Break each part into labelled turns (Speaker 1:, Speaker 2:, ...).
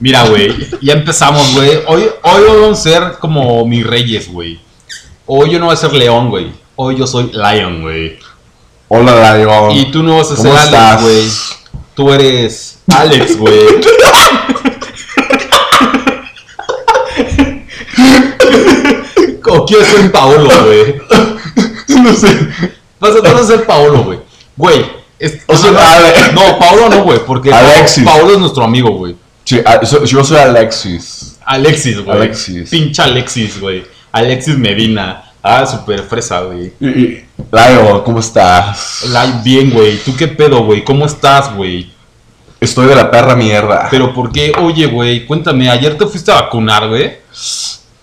Speaker 1: Mira, güey, ya empezamos, güey. Hoy, hoy vamos a ser como mis reyes, güey. Hoy yo no voy a ser león, güey. Hoy yo soy lion, güey.
Speaker 2: Hola, Lion.
Speaker 1: Y tú no vas a ser
Speaker 2: ¿Cómo
Speaker 1: Alex,
Speaker 2: estás?
Speaker 1: güey. Tú eres Alex, güey. o quiero ser Paolo, güey.
Speaker 2: no sé.
Speaker 1: Vas a, vas a ser Paolo, güey. Güey. es-
Speaker 2: O sea, a ver.
Speaker 1: no, Paolo no, güey, porque
Speaker 2: Alexis.
Speaker 1: Paolo es nuestro amigo, güey.
Speaker 2: Sí, a- so- yo soy Alexis.
Speaker 1: Alexis, güey.
Speaker 2: Alexis.
Speaker 1: Pinche Alexis, güey. Alexis Medina. Ah, super fresa, güey.
Speaker 2: Y- y- Lion, ¿cómo estás?
Speaker 1: La- Bien, güey. ¿Tú qué pedo, güey? ¿Cómo estás, güey?
Speaker 2: Estoy de la perra mierda.
Speaker 1: Pero ¿por qué? Oye, güey, cuéntame, ayer te fuiste a vacunar, güey.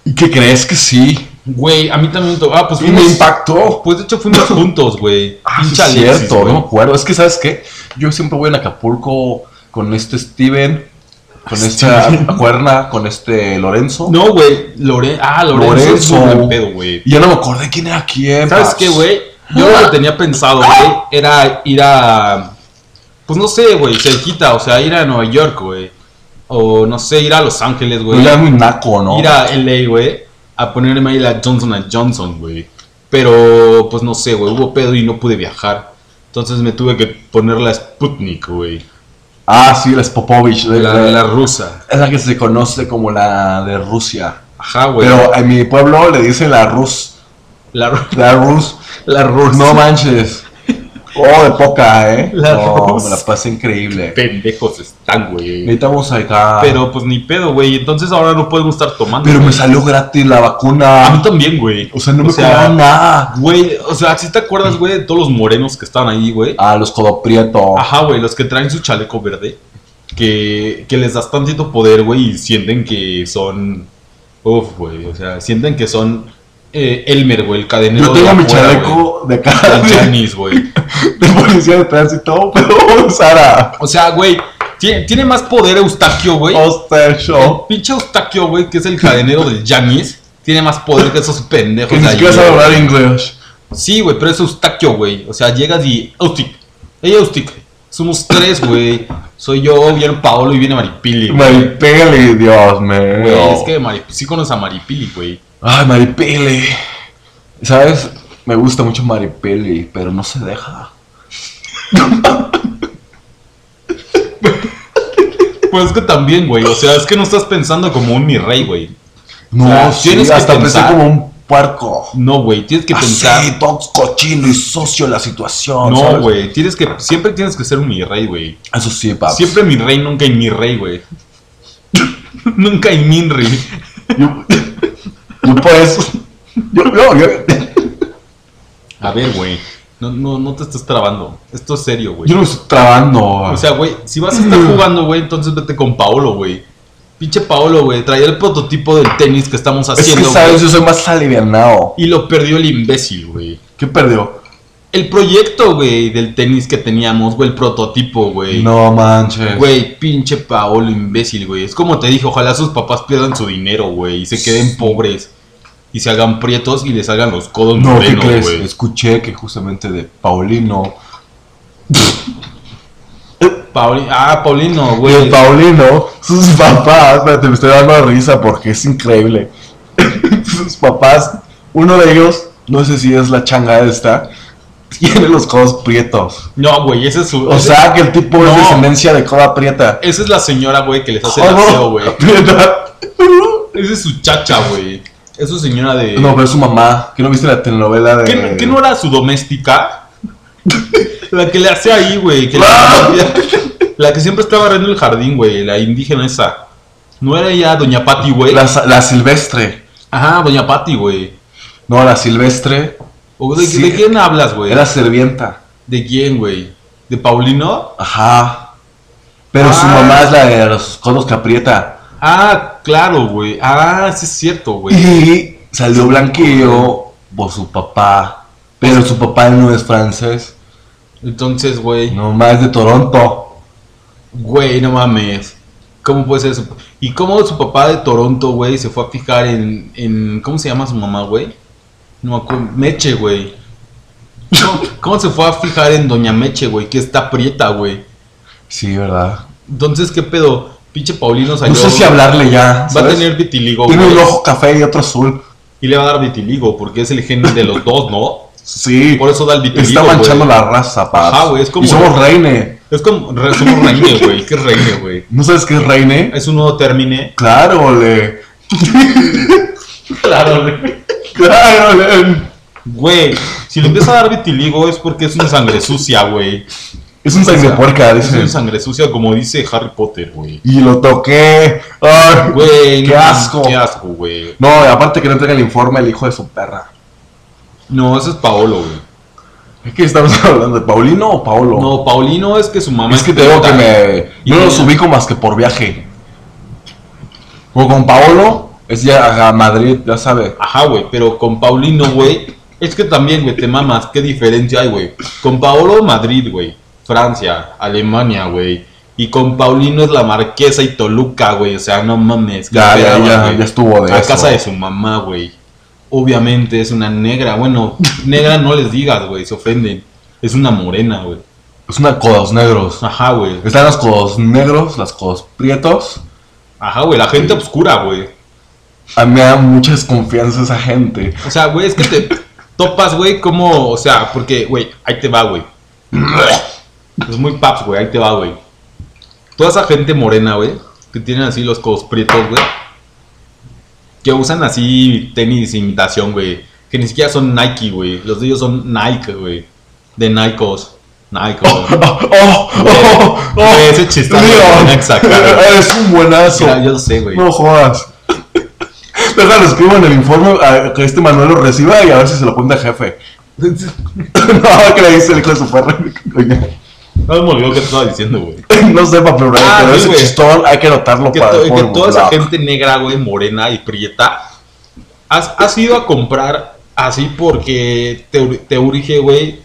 Speaker 2: ¿Y qué crees que sí?
Speaker 1: Güey, a mí también me tocó. Ah, pues
Speaker 2: Y me
Speaker 1: fuimos.
Speaker 2: impactó.
Speaker 1: Pues de hecho fuimos juntos, güey.
Speaker 2: Ah, sí,
Speaker 1: Pinche
Speaker 2: es
Speaker 1: Alexis,
Speaker 2: cierto,
Speaker 1: güey.
Speaker 2: no me acuerdo. Es que, ¿sabes qué? Yo siempre voy en Acapulco con este Steven, con esta cuerna, con este Lorenzo.
Speaker 1: Ah, No, güey. Lore... Ah, Lorenzo, es un
Speaker 2: Lorenzo.
Speaker 1: buen pedo, güey.
Speaker 2: Y yo no me acordé quién era quién.
Speaker 1: ¿Sabes
Speaker 2: paps.
Speaker 1: qué, güey? Yo lo que tenía pensado, güey, era ir a. Pues no sé, güey, cerquita, o sea, ir a Nueva York, güey. O no sé, ir a Los Ángeles, güey.
Speaker 2: Yo era muy naco, ¿no?
Speaker 1: ir a LA, güey, a ponerme ahí la Johnson Johnson, güey. Pero, pues no sé, güey, hubo pedo y no pude viajar. Entonces me tuve que poner la Sputnik, güey.
Speaker 2: Ah, sí, la Spopovich. de-
Speaker 1: La,
Speaker 2: de-
Speaker 1: la rusa.
Speaker 2: Es la que se conoce como la de Rusia.
Speaker 1: Ajá, güey.
Speaker 2: Pero en mi pueblo le dicen la Rus.
Speaker 1: La, ru-
Speaker 2: La Rus.
Speaker 1: la rusa.
Speaker 2: No manches. Oh, de poca, ¿eh?
Speaker 1: La
Speaker 2: no,
Speaker 1: Rus.
Speaker 2: me la pasé increíble.
Speaker 1: Pendejos están, güey.
Speaker 2: Necesitamos acá.
Speaker 1: Pero, pues ni pedo, güey. Entonces ahora no podemos estar tomando.
Speaker 2: Ah. Pero me
Speaker 1: güey.
Speaker 2: salió gratis la
Speaker 1: A mí
Speaker 2: vacuna.
Speaker 1: también, güey.
Speaker 2: Ah. O sea, no me
Speaker 1: O sea,
Speaker 2: cobraron nada.
Speaker 1: Güey, o sea, si te acuerdas, güey, de todos los morenos que estaban ahí, güey?
Speaker 2: Ah, los codoprieto.
Speaker 1: Ajá, güey, los que traen su chaleco verde, que, que les das tantito poder, güey, y sienten que son... Uf, güey, o sea, sienten que son eh, Elmer, güey, el cadenero
Speaker 2: Yo
Speaker 1: de
Speaker 2: tengo mi
Speaker 1: afuera,
Speaker 2: chaleco de
Speaker 1: güey,
Speaker 2: acá
Speaker 1: del
Speaker 2: de,
Speaker 1: Chinese, güey.
Speaker 2: de policía de tránsito, pero voy a usar a
Speaker 1: O sea, güey, tiene, tiene más poder Eustaquio, güey.
Speaker 2: Hostel
Speaker 1: El
Speaker 2: Show.
Speaker 1: pinche Eustaquio, güey, que es el cadenero del Yanis, tiene más poder que esos pendejos
Speaker 2: Que ni
Speaker 1: de allí,
Speaker 2: siquiera sabe
Speaker 1: güey.
Speaker 2: hablar inglés.
Speaker 1: Sí, güey, pero es Eustaquio, güey. O sea, llegas y. Eustic. Ey, Eustic. Somos tres, güey. Soy yo, viene Paolo y viene Maripili. güey.
Speaker 2: Maripili, Dios
Speaker 1: Güey,
Speaker 2: mío.
Speaker 1: es que Mari- sí conoces a Maripili, güey.
Speaker 2: Ay, Maripili. ¿Sabes? Me gusta mucho Maripili, pero no se deja.
Speaker 1: Pues es que también, güey. O sea, es que no estás pensando como un mi rey, güey.
Speaker 2: No,
Speaker 1: sea,
Speaker 2: sí,
Speaker 1: tienes que
Speaker 2: hasta pensé
Speaker 1: pensar.
Speaker 2: como un puerco.
Speaker 1: No, güey. Tienes
Speaker 2: Ah,
Speaker 1: que pensar.
Speaker 2: Así, todo cochino y socio la situación.
Speaker 1: No,
Speaker 2: ¿sabes?
Speaker 1: güey. Tienes que. Siempre tienes que ser un mi rey, güey.
Speaker 2: Eso Ah, sí, papi.
Speaker 1: Siempre mi rey, nunca hay mi rey, güey. nunca hay Minri.
Speaker 2: Yo, yo por eso. Yo, yo, yo-
Speaker 1: A ver, güey. No, no, no te estás trabando. Esto es serio, güey.
Speaker 2: yo no me estoy trabando.
Speaker 1: O sea, güey, si vas a estar jugando, güey, entonces vete con Paolo, güey. Pinche Paolo, güey, traía el prototipo del tenis que estamos
Speaker 2: es que
Speaker 1: haciendo, güey.
Speaker 2: sabes, yo soy más alivianado.
Speaker 1: Y lo perdió el imbécil, güey.
Speaker 2: ¿Qué perdió?
Speaker 1: El proyecto, güey, del tenis que teníamos, güey, el prototipo, güey.
Speaker 2: No manches.
Speaker 1: Güey, pinche Paolo imbécil, güey. Es como te dije, ojalá sus papás pierdan su dinero, güey, y se queden pobres. Y se hagan prietos y les salgan los codos
Speaker 2: No, ¿qué
Speaker 1: morenos,
Speaker 2: crees?
Speaker 1: güey.
Speaker 2: Escuché que justamente de Paulino.
Speaker 1: Paoli- Ah, Paulino,
Speaker 2: De
Speaker 1: güey.
Speaker 2: Paulino, sus papás. Espérate, me estoy dando risa porque es increíble. sus papás, uno de ellos, no sé si es la changa esta, tiene los codos prietos.
Speaker 1: No, güey, ese es su...
Speaker 2: O
Speaker 1: ese-
Speaker 2: sea que el tipo es
Speaker 1: No.
Speaker 2: descendencia de coda prieta.
Speaker 1: esa es la señora, güey, que les hace el
Speaker 2: Oh, no.
Speaker 1: aseo, güey.
Speaker 2: Prieta.
Speaker 1: Esa es su chacha, güey. Es su señora de.
Speaker 2: No, eh. pero es su mamá. ¿Que no viste la telenovela de.?
Speaker 1: ¿Qué, no- qué no era su doméstica? la que le hace ahí, güey. que le-
Speaker 2: Ah.
Speaker 1: la que siempre estaba barriendo el jardín, güey. La indígena esa. No era ella Doña Patti, güey.
Speaker 2: La, sa- la silvestre.
Speaker 1: Ajá, Doña Patti, güey.
Speaker 2: No, la silvestre
Speaker 1: O ¿De,
Speaker 2: Sí.
Speaker 1: de quién hablas, güey?
Speaker 2: era sirvienta.
Speaker 1: ¿De quién, güey? ¿De Paulino?
Speaker 2: Ajá. Pero su
Speaker 1: Ah.
Speaker 2: mamá es la de los codos que aprieta.
Speaker 1: Ah, claro, güey. Ah, sí es cierto, güey.
Speaker 2: Y salió blanqueo por su papá. Pero su papá no es francés,
Speaker 1: Entonces, güey.
Speaker 2: nomás es de Toronto.
Speaker 1: Güey, no mames. ¿Cómo puede ser eso? ¿Y cómo su papá de Toronto, güey, se fue a fijar en, en... ¿Cómo se llama su mamá, güey? No, me acuerdo. Meche, güey. ¿Cómo, cómo se fue a fijar en Doña Meche, güey? Que está prieta, güey.
Speaker 2: Sí, ¿verdad?
Speaker 1: Entonces, ¿qué pedo? Pinche Paulino salió.
Speaker 2: No sé si hablarle ya.
Speaker 1: Va a
Speaker 2: ¿sabes?
Speaker 1: tener vitiligo,
Speaker 2: Tiene
Speaker 1: güey.
Speaker 2: un ojo café y otro azul.
Speaker 1: Y le va a dar vitiligo, porque es el gen de los dos, ¿no?
Speaker 2: Sí.
Speaker 1: Por eso da el vitiligo.
Speaker 2: Está manchando
Speaker 1: güey.
Speaker 2: la raza, paz.
Speaker 1: Ajá, güey, es como-
Speaker 2: Y somos reine.
Speaker 1: Es como. re- somos reine, güey. ¿Qué es reine, güey?
Speaker 2: ¿No sabes qué es reine?
Speaker 1: Es un nuevo término.
Speaker 2: Claro, le.
Speaker 1: Claro, güey.
Speaker 2: Claro, le.
Speaker 1: Güey, si le empieza a dar vitiligo es porque es una sangre sucia, güey.
Speaker 2: Es un sangre
Speaker 1: O sea,
Speaker 2: puerca,
Speaker 1: Es
Speaker 2: dice.
Speaker 1: una sangre sucia, como dice Harry Potter, güey.
Speaker 2: Y lo toqué. Ay.
Speaker 1: Güey,
Speaker 2: Qué
Speaker 1: no,
Speaker 2: asco.
Speaker 1: Qué asco, güey.
Speaker 2: No, aparte que no entrega el informe el hijo de su perra.
Speaker 1: No, ese es Paolo, güey.
Speaker 2: Es que estamos hablando de Paulino o Paolo.
Speaker 1: No, Paulino es que su mamá
Speaker 2: es que te digo
Speaker 1: puta.
Speaker 2: que me.
Speaker 1: Y
Speaker 2: No
Speaker 1: mira.
Speaker 2: los ubico más que por viaje. O con Paolo, es ya a Madrid, ya sabe.
Speaker 1: Ajá, güey, pero con Paulino, güey. Es que también, güey, te mamas. ¿Qué diferencia hay, güey? Con Paolo, Madrid, güey. Francia, Alemania, güey. Y con Paulino es la Marquesa y Toluca, güey. O sea, no mames. ¿qué
Speaker 2: Ya, ya,
Speaker 1: esperabas,
Speaker 2: ya,
Speaker 1: güey?
Speaker 2: ya estuvo de
Speaker 1: a
Speaker 2: eso.
Speaker 1: casa de su mamá, güey. Obviamente es una negra. Bueno, negra no les digas, güey, se ofenden. Es una morena, güey.
Speaker 2: Es una codos negros.
Speaker 1: Ajá, güey.
Speaker 2: Están los codos negros, las codos prietos.
Speaker 1: Ajá, güey, la gente oscura, güey.
Speaker 2: A mí me da mucha desconfianza esa gente.
Speaker 1: O sea, güey, es que te topas, güey, como, o sea, porque, güey, ahí te va, güey. Es muy paps, güey, ahí te va, güey. Toda esa gente morena, güey, que tienen así los codos prietos, güey. Que usan así tenis imitación, güey. Que ni siquiera son Nike, güey. Los de ellos son Nike, güey. De Nikos. Nike, güey.
Speaker 2: Oh, oh, oh, oh,
Speaker 1: Güey, ese chiste
Speaker 2: Dios.
Speaker 1: lo tenían que sacar, güey.
Speaker 2: Eres un buenazo.
Speaker 1: Mira, yo sé, güey.
Speaker 2: No jodas. Déjalo, escribo en el informe a que este Manuel lo reciba y a ver si se lo cuenta al jefe. no, que le dice el hijo de su perra.
Speaker 1: No me olvidó que te estaba diciendo, güey.
Speaker 2: no sé, pero, pero
Speaker 1: Ah, sí,
Speaker 2: ese
Speaker 1: güey.
Speaker 2: chistón hay que notarlo
Speaker 1: que,
Speaker 2: para
Speaker 1: to-
Speaker 2: el
Speaker 1: que
Speaker 2: polvo,
Speaker 1: toda esa
Speaker 2: bla.
Speaker 1: gente negra, güey, morena y prieta, has, has ido a comprar así porque te, ur- te urge, güey,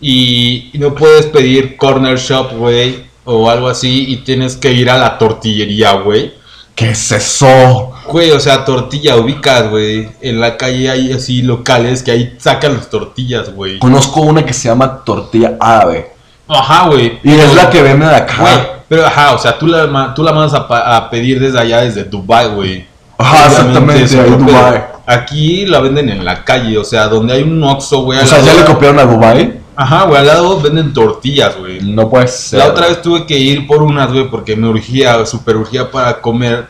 Speaker 1: y, y no puedes pedir corner shop, güey, o algo así, y tienes que ir a la tortillería, güey.
Speaker 2: ¿Qué es eso?
Speaker 1: Güey, o sea, tortilla ubicas, güey. En la calle hay así locales que ahí sacan las tortillas, güey.
Speaker 2: Conozco una que se llama tortilla árabe.
Speaker 1: Ajá, güey.
Speaker 2: Y es la que venden acá.
Speaker 1: Güey, pero ajá, o sea, tú la, ma- tú la mandas a, pa- a pedir desde allá, desde Dubai, güey.
Speaker 2: Ajá,
Speaker 1: Obviamente,
Speaker 2: exactamente,
Speaker 1: eso,
Speaker 2: ahí en
Speaker 1: pero
Speaker 2: Dubái.
Speaker 1: Aquí la venden en la calle, o sea, donde hay un Oxxo, güey.
Speaker 2: O
Speaker 1: al
Speaker 2: sea,
Speaker 1: lado-
Speaker 2: ¿ya le copiaron a Dubai?
Speaker 1: Ajá, güey, al lado venden tortillas, güey.
Speaker 2: No puede ser.
Speaker 1: La otra vez tuve que ir por unas, güey, porque me urgía, super urgía para comer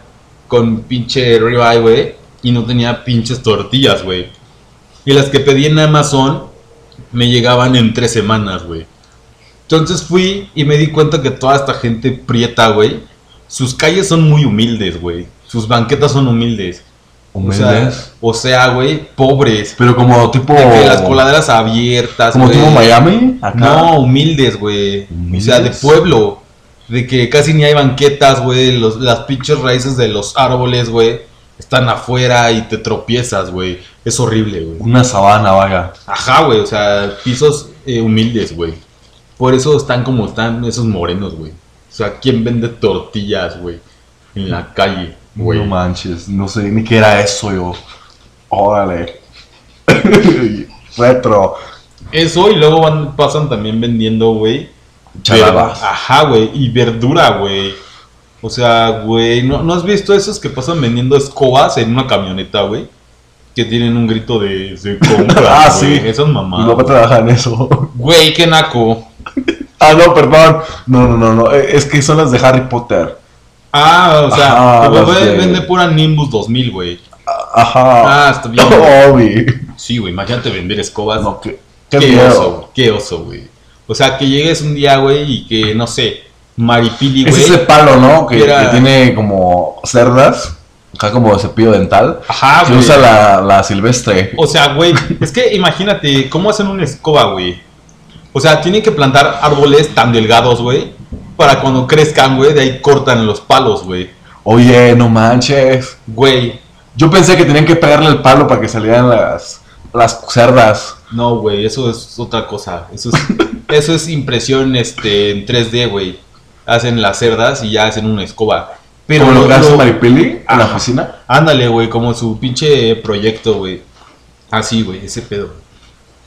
Speaker 1: con pinche ribeye, güey. Y no tenía pinches tortillas, güey. Y las que pedí en Amazon me llegaban en tres semanas, güey. Entonces fui y me di cuenta que toda esta gente prieta, güey. Sus calles son muy humildes, güey. Sus banquetas son humildes. O sea,
Speaker 2: Humildes.
Speaker 1: o sea, güey, pobres.
Speaker 2: Pero como tipo.
Speaker 1: De que las coladeras abiertas,
Speaker 2: Oh. Como
Speaker 1: güey.
Speaker 2: tipo Miami. Acá.
Speaker 1: No, humildes, güey. O sea, de
Speaker 2: Humildes.
Speaker 1: pueblo. De que casi ni hay banquetas, güey. los- Las pinches raíces de los árboles, güey. Están afuera y te tropiezas, güey. Es horrible, güey.
Speaker 2: Una sabana, vaya.
Speaker 1: Ajá, güey. O sea, pisos eh, humildes, güey. Por eso están como están esos morenos, güey. O sea, ¿quién vende tortillas, güey? En la calle, güey.
Speaker 2: No manches, no sé ni qué era eso yo. Órale. Retro.
Speaker 1: Eso y luego van, pasan también vendiendo, güey.
Speaker 2: Chalabas.
Speaker 1: ver- Ajá, güey. Y verdura, güey. O sea, güey, ¿no, ¿no has visto esos que pasan vendiendo escobas en una camioneta, güey? Que tienen un grito de, de compra.
Speaker 2: Ah,
Speaker 1: güey.
Speaker 2: sí.
Speaker 1: Esas
Speaker 2: Y luego
Speaker 1: mamadas.
Speaker 2: trabajan eso.
Speaker 1: Güey, qué naco.
Speaker 2: ah, no, perdón. No, no, no, no. eh, Es que son las de Harry Potter.
Speaker 1: Ah, o sea,
Speaker 2: Ajá,
Speaker 1: tu papá
Speaker 2: las de-
Speaker 1: vende pura Nimbus 2000, güey.
Speaker 2: Ajá.
Speaker 1: Ah, está bien.
Speaker 2: Obi.
Speaker 1: Sí, güey, imagínate vender escobas.
Speaker 2: No, qué, qué
Speaker 1: Qué,
Speaker 2: miedo.
Speaker 1: oso, qué oso, güey. O sea, que llegues un día, güey, y que, no sé, Maripili,
Speaker 2: Es
Speaker 1: güey.
Speaker 2: ese palo, ¿no? Que,
Speaker 1: Era-
Speaker 2: que tiene como cerdas. Acá como de cepillo dental.
Speaker 1: Ajá, Ah,
Speaker 2: que
Speaker 1: güey.
Speaker 2: usa la, la silvestre.
Speaker 1: O sea, güey, es que imagínate, ¿cómo hacen una escoba, güey? O sea, tienen que plantar árboles tan delgados, güey, para cuando crezcan, güey, de ahí cortan los palos, güey.
Speaker 2: Oye, no manches.
Speaker 1: Güey,
Speaker 2: Yo pensé que tenían que pegarle el palo para que salieran las, las cerdas.
Speaker 1: no, güey, eso es otra cosa. Eso es, eso es impresión este, en 3D, güey. Hacen las cerdas y ya hacen una escoba. Pero
Speaker 2: Como lo
Speaker 1: lo-
Speaker 2: que hace
Speaker 1: lo-
Speaker 2: Maripili en la oficina.
Speaker 1: ándale, güey, como su pinche proyecto, güey. Así, güey, ese pedo.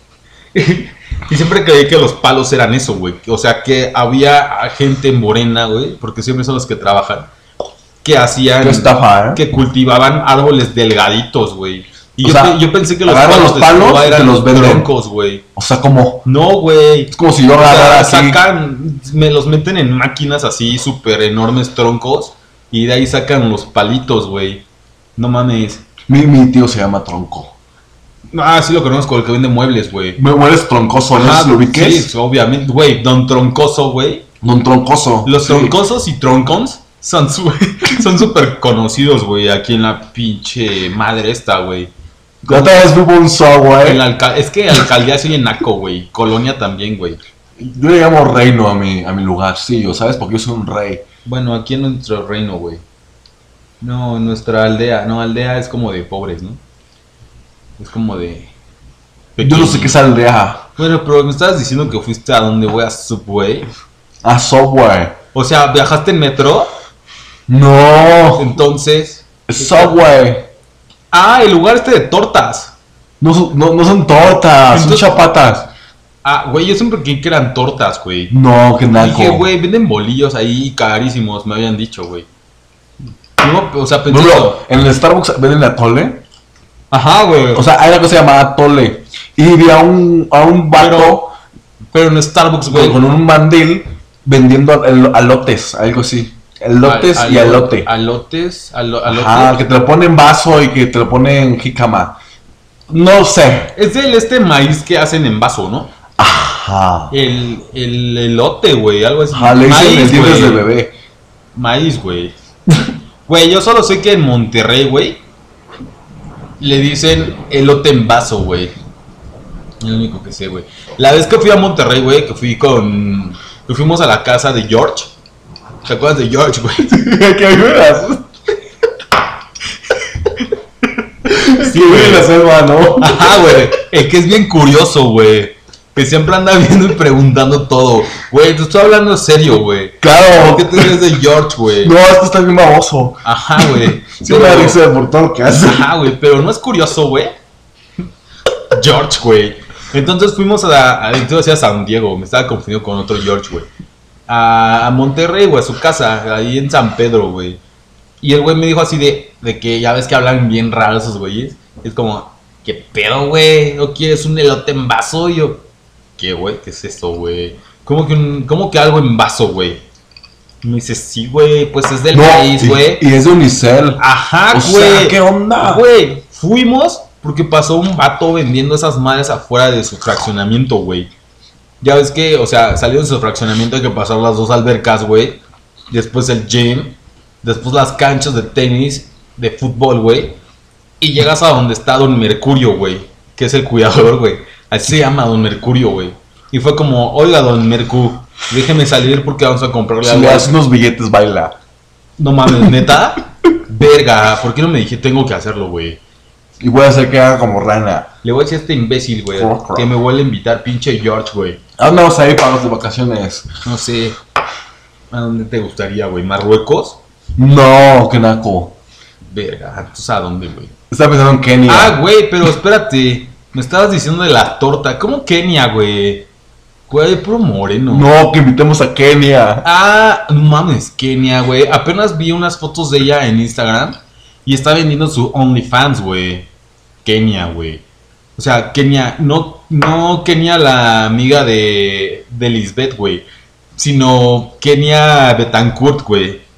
Speaker 1: Y siempre creí que los palos eran eso, güey. O sea, que había gente morena, güey, porque siempre son los que trabajan. que hacían,
Speaker 2: Qué estafa, ¿eh?
Speaker 1: que cultivaban árboles delgaditos, güey. Y
Speaker 2: O
Speaker 1: yo,
Speaker 2: sea,
Speaker 1: pe- yo pensé que los
Speaker 2: agarran
Speaker 1: palos
Speaker 2: los
Speaker 1: de
Speaker 2: palos
Speaker 1: escoba
Speaker 2: y
Speaker 1: eran
Speaker 2: te los
Speaker 1: los
Speaker 2: venden.
Speaker 1: troncos, güey.
Speaker 2: O sea, como.
Speaker 1: No, güey.
Speaker 2: Es como si yo
Speaker 1: O sea,
Speaker 2: agarrara así.
Speaker 1: sacan, me los meten en máquinas así, súper enormes troncos, y de ahí sacan los palitos, güey. No mames.
Speaker 2: Mi, mi tío se llama Tronco.
Speaker 1: Ah, sí lo conozco, el que vende muebles, güey.
Speaker 2: Me mueres troncoso, ¿no?
Speaker 1: Ah,
Speaker 2: ¿Lo ubiques?
Speaker 1: Sí, obviamente, güey, don Troncoso, güey.
Speaker 2: Don Troncoso.
Speaker 1: Los
Speaker 2: Sí.
Speaker 1: troncosos y troncons son su- son súper conocidos, güey, aquí en la pinche madre esta, güey.
Speaker 2: La otra vez hubo un show,
Speaker 1: En
Speaker 2: güey.
Speaker 1: la alca- es que alcaldía soy en Naco, güey. Colonia también, güey.
Speaker 2: Yo le llamo reino a mi, a mi lugar, sí, yo, ¿sabes? Porque yo soy un rey.
Speaker 1: Bueno, aquí en nuestro reino, güey. No, en nuestra aldea. No, aldea es como de pobres, ¿no? Es como de.
Speaker 2: Yo no sé qué es aldea.
Speaker 1: Bueno, pero me estabas diciendo que fuiste a donde, güey, a Subway.
Speaker 2: A Subway.
Speaker 1: O sea, viajaste en metro.
Speaker 2: No.
Speaker 1: Entonces.
Speaker 2: Subway.
Speaker 1: Ah, el lugar este de tortas.
Speaker 2: No, son- no, no son tortas, son
Speaker 1: Entonces-
Speaker 2: chapatas.
Speaker 1: Ah, güey, yo siempre creí que eran tortas, güey.
Speaker 2: No, qué naco.
Speaker 1: Dije, güey, venden bolillos ahí carísimos, me habían dicho, güey. No, o sea, pensé.
Speaker 2: Bruno, en el Starbucks venden atole.
Speaker 1: Ajá, güey.
Speaker 2: O sea, hay una cosa llamada atole. Y vi a un, a un vato
Speaker 1: pero en Starbucks, güey.
Speaker 2: con un mandil vendiendo al- alotes, algo así. Elotes
Speaker 1: Al-
Speaker 2: y
Speaker 1: alo-
Speaker 2: alote.
Speaker 1: Alotes, alo- alote.
Speaker 2: Ah, que te lo ponen en vaso y que te lo ponen en jicama. No sé.
Speaker 1: Es del este maíz que hacen en vaso, ¿no?
Speaker 2: Ajá.
Speaker 1: El, el elote, güey, algo así.
Speaker 2: Ajá, le dicen
Speaker 1: maíz,
Speaker 2: dientes de
Speaker 1: güey.
Speaker 2: bebé.
Speaker 1: Maíz, güey. Güey, yo solo sé que en Monterrey, güey, le dicen elote en vaso, güey. Es lo único que sé, güey. La vez que fui a Monterrey, güey, que fui con... Que fuimos a la casa de George. ¿Te acuerdas de George, güey?
Speaker 2: que a mí me las... Sí, güey, en la selva, ¿no?
Speaker 1: Ajá, güey. El que es bien curioso, güey. Que siempre anda viendo y preguntando todo. Güey, te estoy hablando en serio, güey.
Speaker 2: Claro.
Speaker 1: ¿Por qué te crees de George, güey?
Speaker 2: No, es que está bien baboso.
Speaker 1: Ajá, güey.
Speaker 2: Sí me da risa por todo lo que hace.
Speaker 1: Ajá, güey, pero no es curioso, güey. George, güey. Entonces fuimos a, la- a, yo decía San Diego, me estaba confundido con otro George, güey. A, a Monterrey, güey, a su casa, ahí en San Pedro, güey. Y el güey me dijo así de, de que ya ves que hablan bien raro esos güeyes. Es como, ¿qué pedo, güey? ¿No quieres un elote en vaso? Y yo, ¿qué, güey? ¿Qué es eso, güey? ¿Cómo que, un- cómo que algo en vaso, güey? Y Me dice, sí, güey, pues es del
Speaker 2: No,
Speaker 1: país, güey. Ah,
Speaker 2: y, y es de Unicel.
Speaker 1: Ajá,
Speaker 2: o
Speaker 1: güey.
Speaker 2: sea, ¿qué onda?
Speaker 1: Güey, fuimos porque pasó un vato vendiendo esas madres afuera de su fraccionamiento, güey. Ya ves que, o sea, salió de su fraccionamiento hay que pasar las dos albercas, güey. Después el gym. Después las canchas de tenis, de fútbol, güey. Y llegas a donde está Don Mercurio, güey. Que es el cuidador, güey. Así se llama Don Mercurio, güey. Y fue como, oiga, Don Mercu, déjeme salir porque vamos a comprarle
Speaker 2: Si
Speaker 1: algo
Speaker 2: le
Speaker 1: a
Speaker 2: das unos billetes, baila.
Speaker 1: no mames, neta. Verga, ¿por qué no me dije tengo que hacerlo, güey?
Speaker 2: Y voy a hacer que haga como rana.
Speaker 1: Le voy a decir a este imbécil, güey,
Speaker 2: Fuck,
Speaker 1: que me vuelve a invitar, pinche George, güey.
Speaker 2: ¿A dónde vamos a ir para las vacaciones?
Speaker 1: No sé. ¿A dónde te gustaría, güey? ¿Marruecos?
Speaker 2: No, qué naco.
Speaker 1: Verga, entonces ¿a dónde, güey?
Speaker 2: Estaba pensando en Kenia.
Speaker 1: Ah, güey, pero espérate. Me estabas diciendo de la torta. ¿Cómo Kenia, güey? Güey, puro moreno.
Speaker 2: No, que invitemos a Kenia.
Speaker 1: Ah, no mames, Kenia, güey. Apenas vi unas fotos de ella en Instagram y está vendiendo su OnlyFans, güey. Kenia, güey. O sea, Kenia, no, no Kenia la amiga de, de Lisbeth, güey. Sino Kenia Betancourt, güey.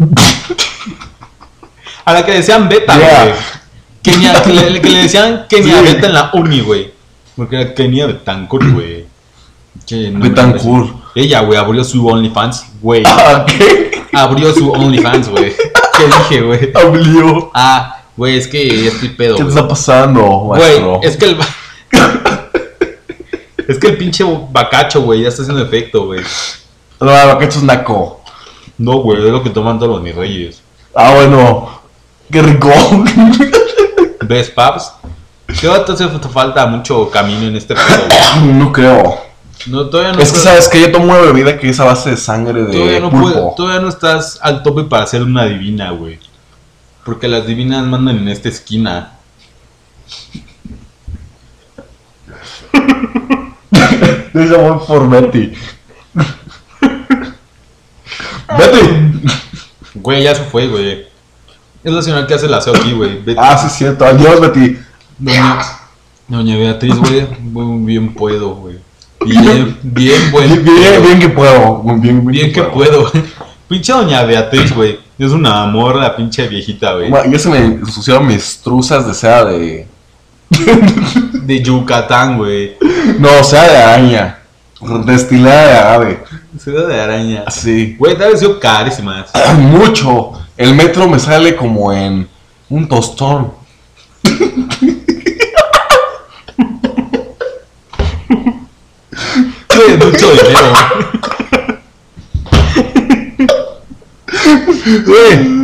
Speaker 1: A la que decían Beta, güey.
Speaker 2: Yeah.
Speaker 1: Kenia, que le, que le decían Kenia
Speaker 2: Sí.
Speaker 1: Beta en la uni, güey. Porque era Kenia Betancourt, güey. Che, no mames.
Speaker 2: Betancourt.
Speaker 1: Ella, güey, abrió su OnlyFans, güey.
Speaker 2: Ah, ¿qué?
Speaker 1: Abrió su OnlyFans, güey. ¿Qué dije, güey?
Speaker 2: Abrió.
Speaker 1: Ah, güey, es que ya estoy pedo,
Speaker 2: ¿Qué te
Speaker 1: güey.
Speaker 2: está pasando,
Speaker 1: Güey,
Speaker 2: maestro?
Speaker 1: es que el... es que el pinche bacacho, güey, ya está haciendo efecto, güey.
Speaker 2: Claro, que esto es naco.
Speaker 1: No, güey, es lo que toman todos los mis reyes.
Speaker 2: Ah, bueno. Qué rico.
Speaker 1: ¿Ves, paps? Creo que te hace falta mucho camino en este pedo, güey.
Speaker 2: no creo.
Speaker 1: No, todavía no...
Speaker 2: Es que sabes que yo tomo una bebida que es a base de sangre de
Speaker 1: todavía, no puede-
Speaker 2: pulpo.
Speaker 1: todavía no estás al tope para ser una divina, güey. Porque las divinas mandan en esta esquina.
Speaker 2: Yo ya voy por Betty. Betty.
Speaker 1: Güey, ya se fue, güey. Es la señora que hace el aseo aquí, güey. Betty.
Speaker 2: Ah, sí, es cierto. Adiós, Betty.
Speaker 1: Doña, Doña Beatriz, güey. Muy bien puedo, güey. Bien, bien,
Speaker 2: Bien,
Speaker 1: buen.
Speaker 2: bien, bien que puedo. Bien, bien,
Speaker 1: Bien que puedo. Pinche Doña Beatriz, güey. Es un amor la pinche viejita, güey.
Speaker 2: Ma, Yo se me ensuciaron mis truzas de seda de.
Speaker 1: De Yucatán, güey.
Speaker 2: No, seda de araña. Destilada de árabe.
Speaker 1: Seda de araña.
Speaker 2: Así.
Speaker 1: Güey, tal vez yo carísimas.
Speaker 2: Mucho. El metro me sale como en un tostón.
Speaker 1: Güey, mucho dinero.
Speaker 2: Güey.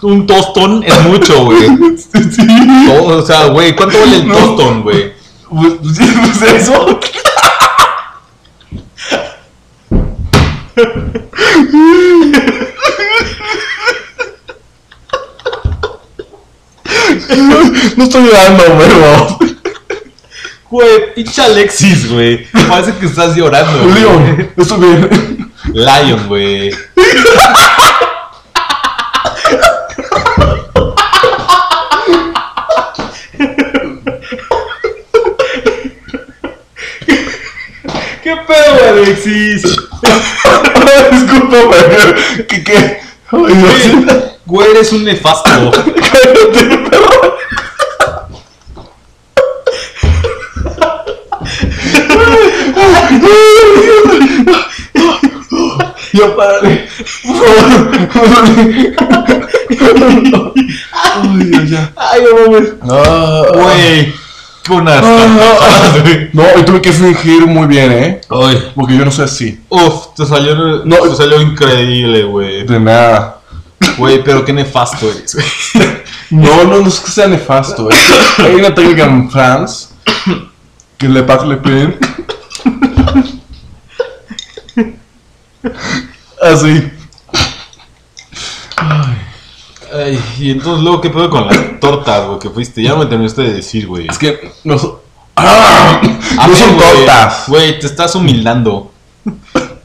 Speaker 1: Un tostón es mucho, güey.
Speaker 2: Sí.
Speaker 1: Todo, o sea, güey, ¿cuánto vale el
Speaker 2: No.
Speaker 1: tostón, güey?
Speaker 2: Pues, sí, pues eso. No, no estoy llorando, pero.
Speaker 1: Güey, pinche Alexis, güey. Parece que estás llorando. güey.
Speaker 2: Leon, esto bien.
Speaker 1: Lion, güey. ¿Qué pedo, Alexis?
Speaker 2: Disculpa, pero. ¿Qué? qué? Ay, no sé.
Speaker 1: Güey, eres un nefasto.
Speaker 2: Cállate, perro. Ya párale. Ay, Dios, ya.
Speaker 1: Ay, no mames.
Speaker 2: Ah,
Speaker 1: Güey, qué unas
Speaker 2: ah,
Speaker 1: tartajadas, güey.
Speaker 2: No, y tuve que fingir muy bien, ¿eh?
Speaker 1: Ay,
Speaker 2: Porque yo no soy así.
Speaker 1: uf, te salió,
Speaker 2: No.
Speaker 1: te salió increíble, güey.
Speaker 2: De nada.
Speaker 1: Güey, pero qué nefasto eres, güey.
Speaker 2: No, no, no es que sea nefasto. es que Hay una técnica en France que le pack le pin. Así.
Speaker 1: Ay, y entonces luego, ¿qué pedo con las tortas, güey, que fuiste? Ya no me terminaste de decir, güey.
Speaker 2: Es que no son. ¡Ah!
Speaker 1: A
Speaker 2: No
Speaker 1: ver,
Speaker 2: son
Speaker 1: güey,
Speaker 2: tortas.
Speaker 1: Güey, te estás humildando.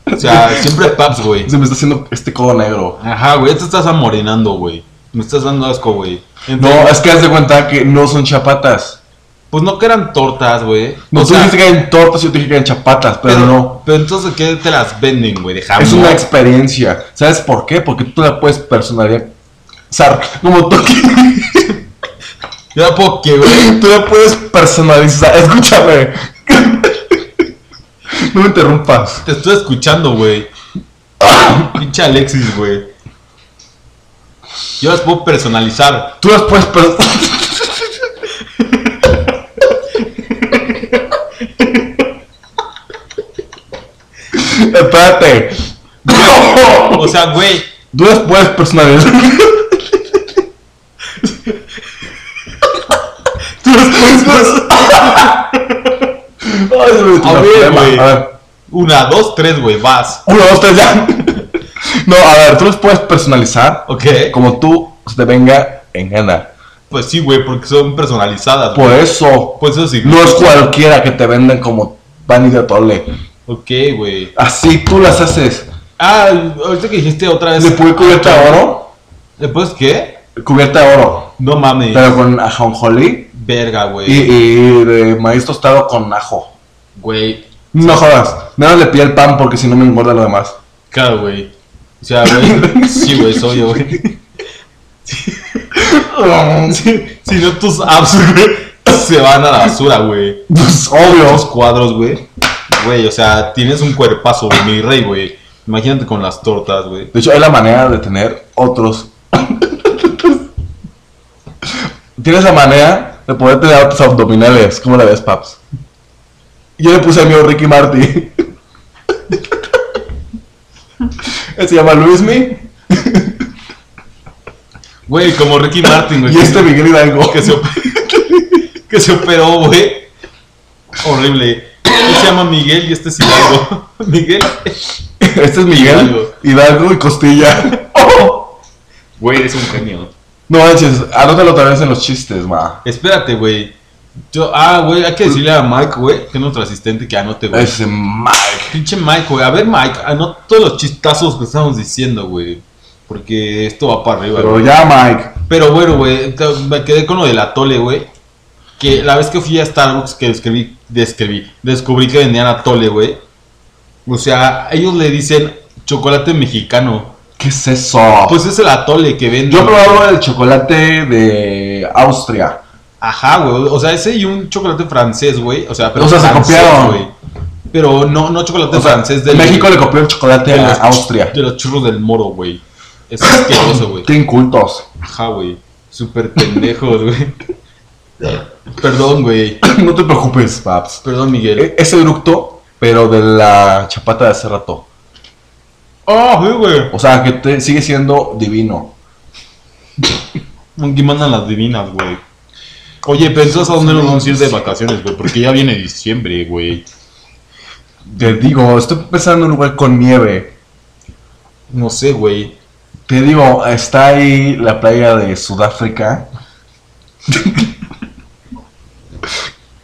Speaker 1: O sea, siempre paps, güey.
Speaker 2: Se me está haciendo este codo negro.
Speaker 1: Ajá, güey, ya te estás amorinando, güey. Me estás dando asco, güey.
Speaker 2: No,
Speaker 1: Entonces,
Speaker 2: es que haz de cuenta que no son chapatas.
Speaker 1: Pues no que eran tortas, güey.
Speaker 2: No,
Speaker 1: O
Speaker 2: tú
Speaker 1: sea,
Speaker 2: dijiste que eran tortas, yo te dije que eran chapatas, pero, no.
Speaker 1: Pero entonces, ¿qué te las venden, güey? De jamón.
Speaker 2: Es una experiencia. ¿Sabes por qué? Porque tú la puedes personalizar. Como tú.
Speaker 1: Yo la puedo quebrar.
Speaker 2: Tú la puedes personalizar. Escúchame. No me interrumpas.
Speaker 1: Te estoy escuchando, güey.
Speaker 2: Ah.
Speaker 1: Pinche Alexis, güey. Yo las puedo personalizar.
Speaker 2: Tú las puedes personalizar. Espérate.
Speaker 1: O sea, güey,
Speaker 2: Tú las puedes personalizar. Tú las puedes personalizar. Ay, se me metió
Speaker 1: A
Speaker 2: una
Speaker 1: ver,
Speaker 2: flema.
Speaker 1: güey.
Speaker 2: A ver.
Speaker 1: una, dos, tres, güey, vas.
Speaker 2: Uno, dos, tres, ya. No, a ver, tú los puedes personalizar
Speaker 1: Ok.
Speaker 2: como tú se te venga en gana.
Speaker 1: Pues sí, güey, porque son personalizadas.
Speaker 2: Por eso,
Speaker 1: Pues eso sí.
Speaker 2: no es cualquiera que te vendan como pan y de atole.
Speaker 1: Ok, güey.
Speaker 2: Así tú las haces.
Speaker 1: Ah, ahorita que dijiste otra vez.
Speaker 2: Le pude cubierta de oro,
Speaker 1: ¿Después qué?
Speaker 2: cubierta de oro,
Speaker 1: No mames.
Speaker 2: pero con ajonjolí
Speaker 1: Verga,
Speaker 2: y,
Speaker 1: güey.
Speaker 2: y de maíz tostado con ajo.
Speaker 1: Güey.
Speaker 2: No jodas, nada más le pide el pan porque si no me engorda lo demás.
Speaker 1: Claro, güey. O sea, güey. Sí, güey, soy yo, güey. Si, si no, tus abs, güey, se van a la basura, güey.
Speaker 2: Pues
Speaker 1: Los
Speaker 2: obvio.
Speaker 1: cuadros, güey. Güey, o sea, tienes un cuerpazo, güey, mi rey, güey. Imagínate con las tortas, güey.
Speaker 2: De hecho, hay la manera de tener otros. Tienes la manera de poder tener otros abdominales. ¿Cómo la ves, Paps? Yo le puse a mío Ricky Marty. Él se llama Luismi
Speaker 1: Güey, como Ricky Martin, güey.
Speaker 2: y este Miguel Hidalgo.
Speaker 1: que se, op- que se operó, güey. Horrible. Él se llama Miguel y este es Hidalgo. Miguel.
Speaker 2: Este es Miguel Hidalgo y Costilla. Oh.
Speaker 1: Güey, eres un genio.
Speaker 2: No manches, anótalo otra vez en los chistes, ma.
Speaker 1: Espérate, güey. Yo, ah, güey, hay que decirle a Mike, güey, que es nuestro asistente, que anote, güey.
Speaker 2: Ese Mike.
Speaker 1: ah, Pinche Mike, güey. A ver, Mike, anota todos los chistazos que estamos diciendo, güey. Porque esto va para arriba,
Speaker 2: Pero
Speaker 1: güey.
Speaker 2: ya, Mike.
Speaker 1: Pero bueno, güey, te- me quedé con lo del atole, güey. Que la vez que fui a Starbucks, que describí, describí, descubrí que vendían atole, güey. O sea, ellos le dicen chocolate mexicano.
Speaker 2: ¿Qué es eso?
Speaker 1: Pues es el atole que venden.
Speaker 2: Yo he
Speaker 1: güey.
Speaker 2: probado el chocolate de Austria.
Speaker 1: Ajá, güey. O sea, ese y un chocolate francés, güey. O sea, pero
Speaker 2: O sea, se
Speaker 1: francés,
Speaker 2: copiaron.
Speaker 1: güey. Pero no, no chocolate
Speaker 2: O sea,
Speaker 1: francés del
Speaker 2: México le copió el chocolate
Speaker 1: de
Speaker 2: a
Speaker 1: los-
Speaker 2: Austria.
Speaker 1: De los churros del moro, güey. Es asqueroso, güey.
Speaker 2: Qué incultos.
Speaker 1: Ajá, güey. Súper pendejos, güey. Perdón, güey.
Speaker 2: no te preocupes, Paps.
Speaker 1: Perdón, Miguel.
Speaker 2: E- Es el ducto, pero de la chapata de hace rato.
Speaker 1: ¡Ah, sí, güey!
Speaker 2: O sea, que te- sigue siendo divino.
Speaker 1: Aquí mandan las divinas, güey. Oye, ¿pensás a dónde nos vamos a ir de vacaciones, güey? Porque ya viene diciembre, güey.
Speaker 2: Te digo, estoy pensando en un lugar con nieve.
Speaker 1: No sé, güey.
Speaker 2: Te digo, está ahí la playa de Sudáfrica.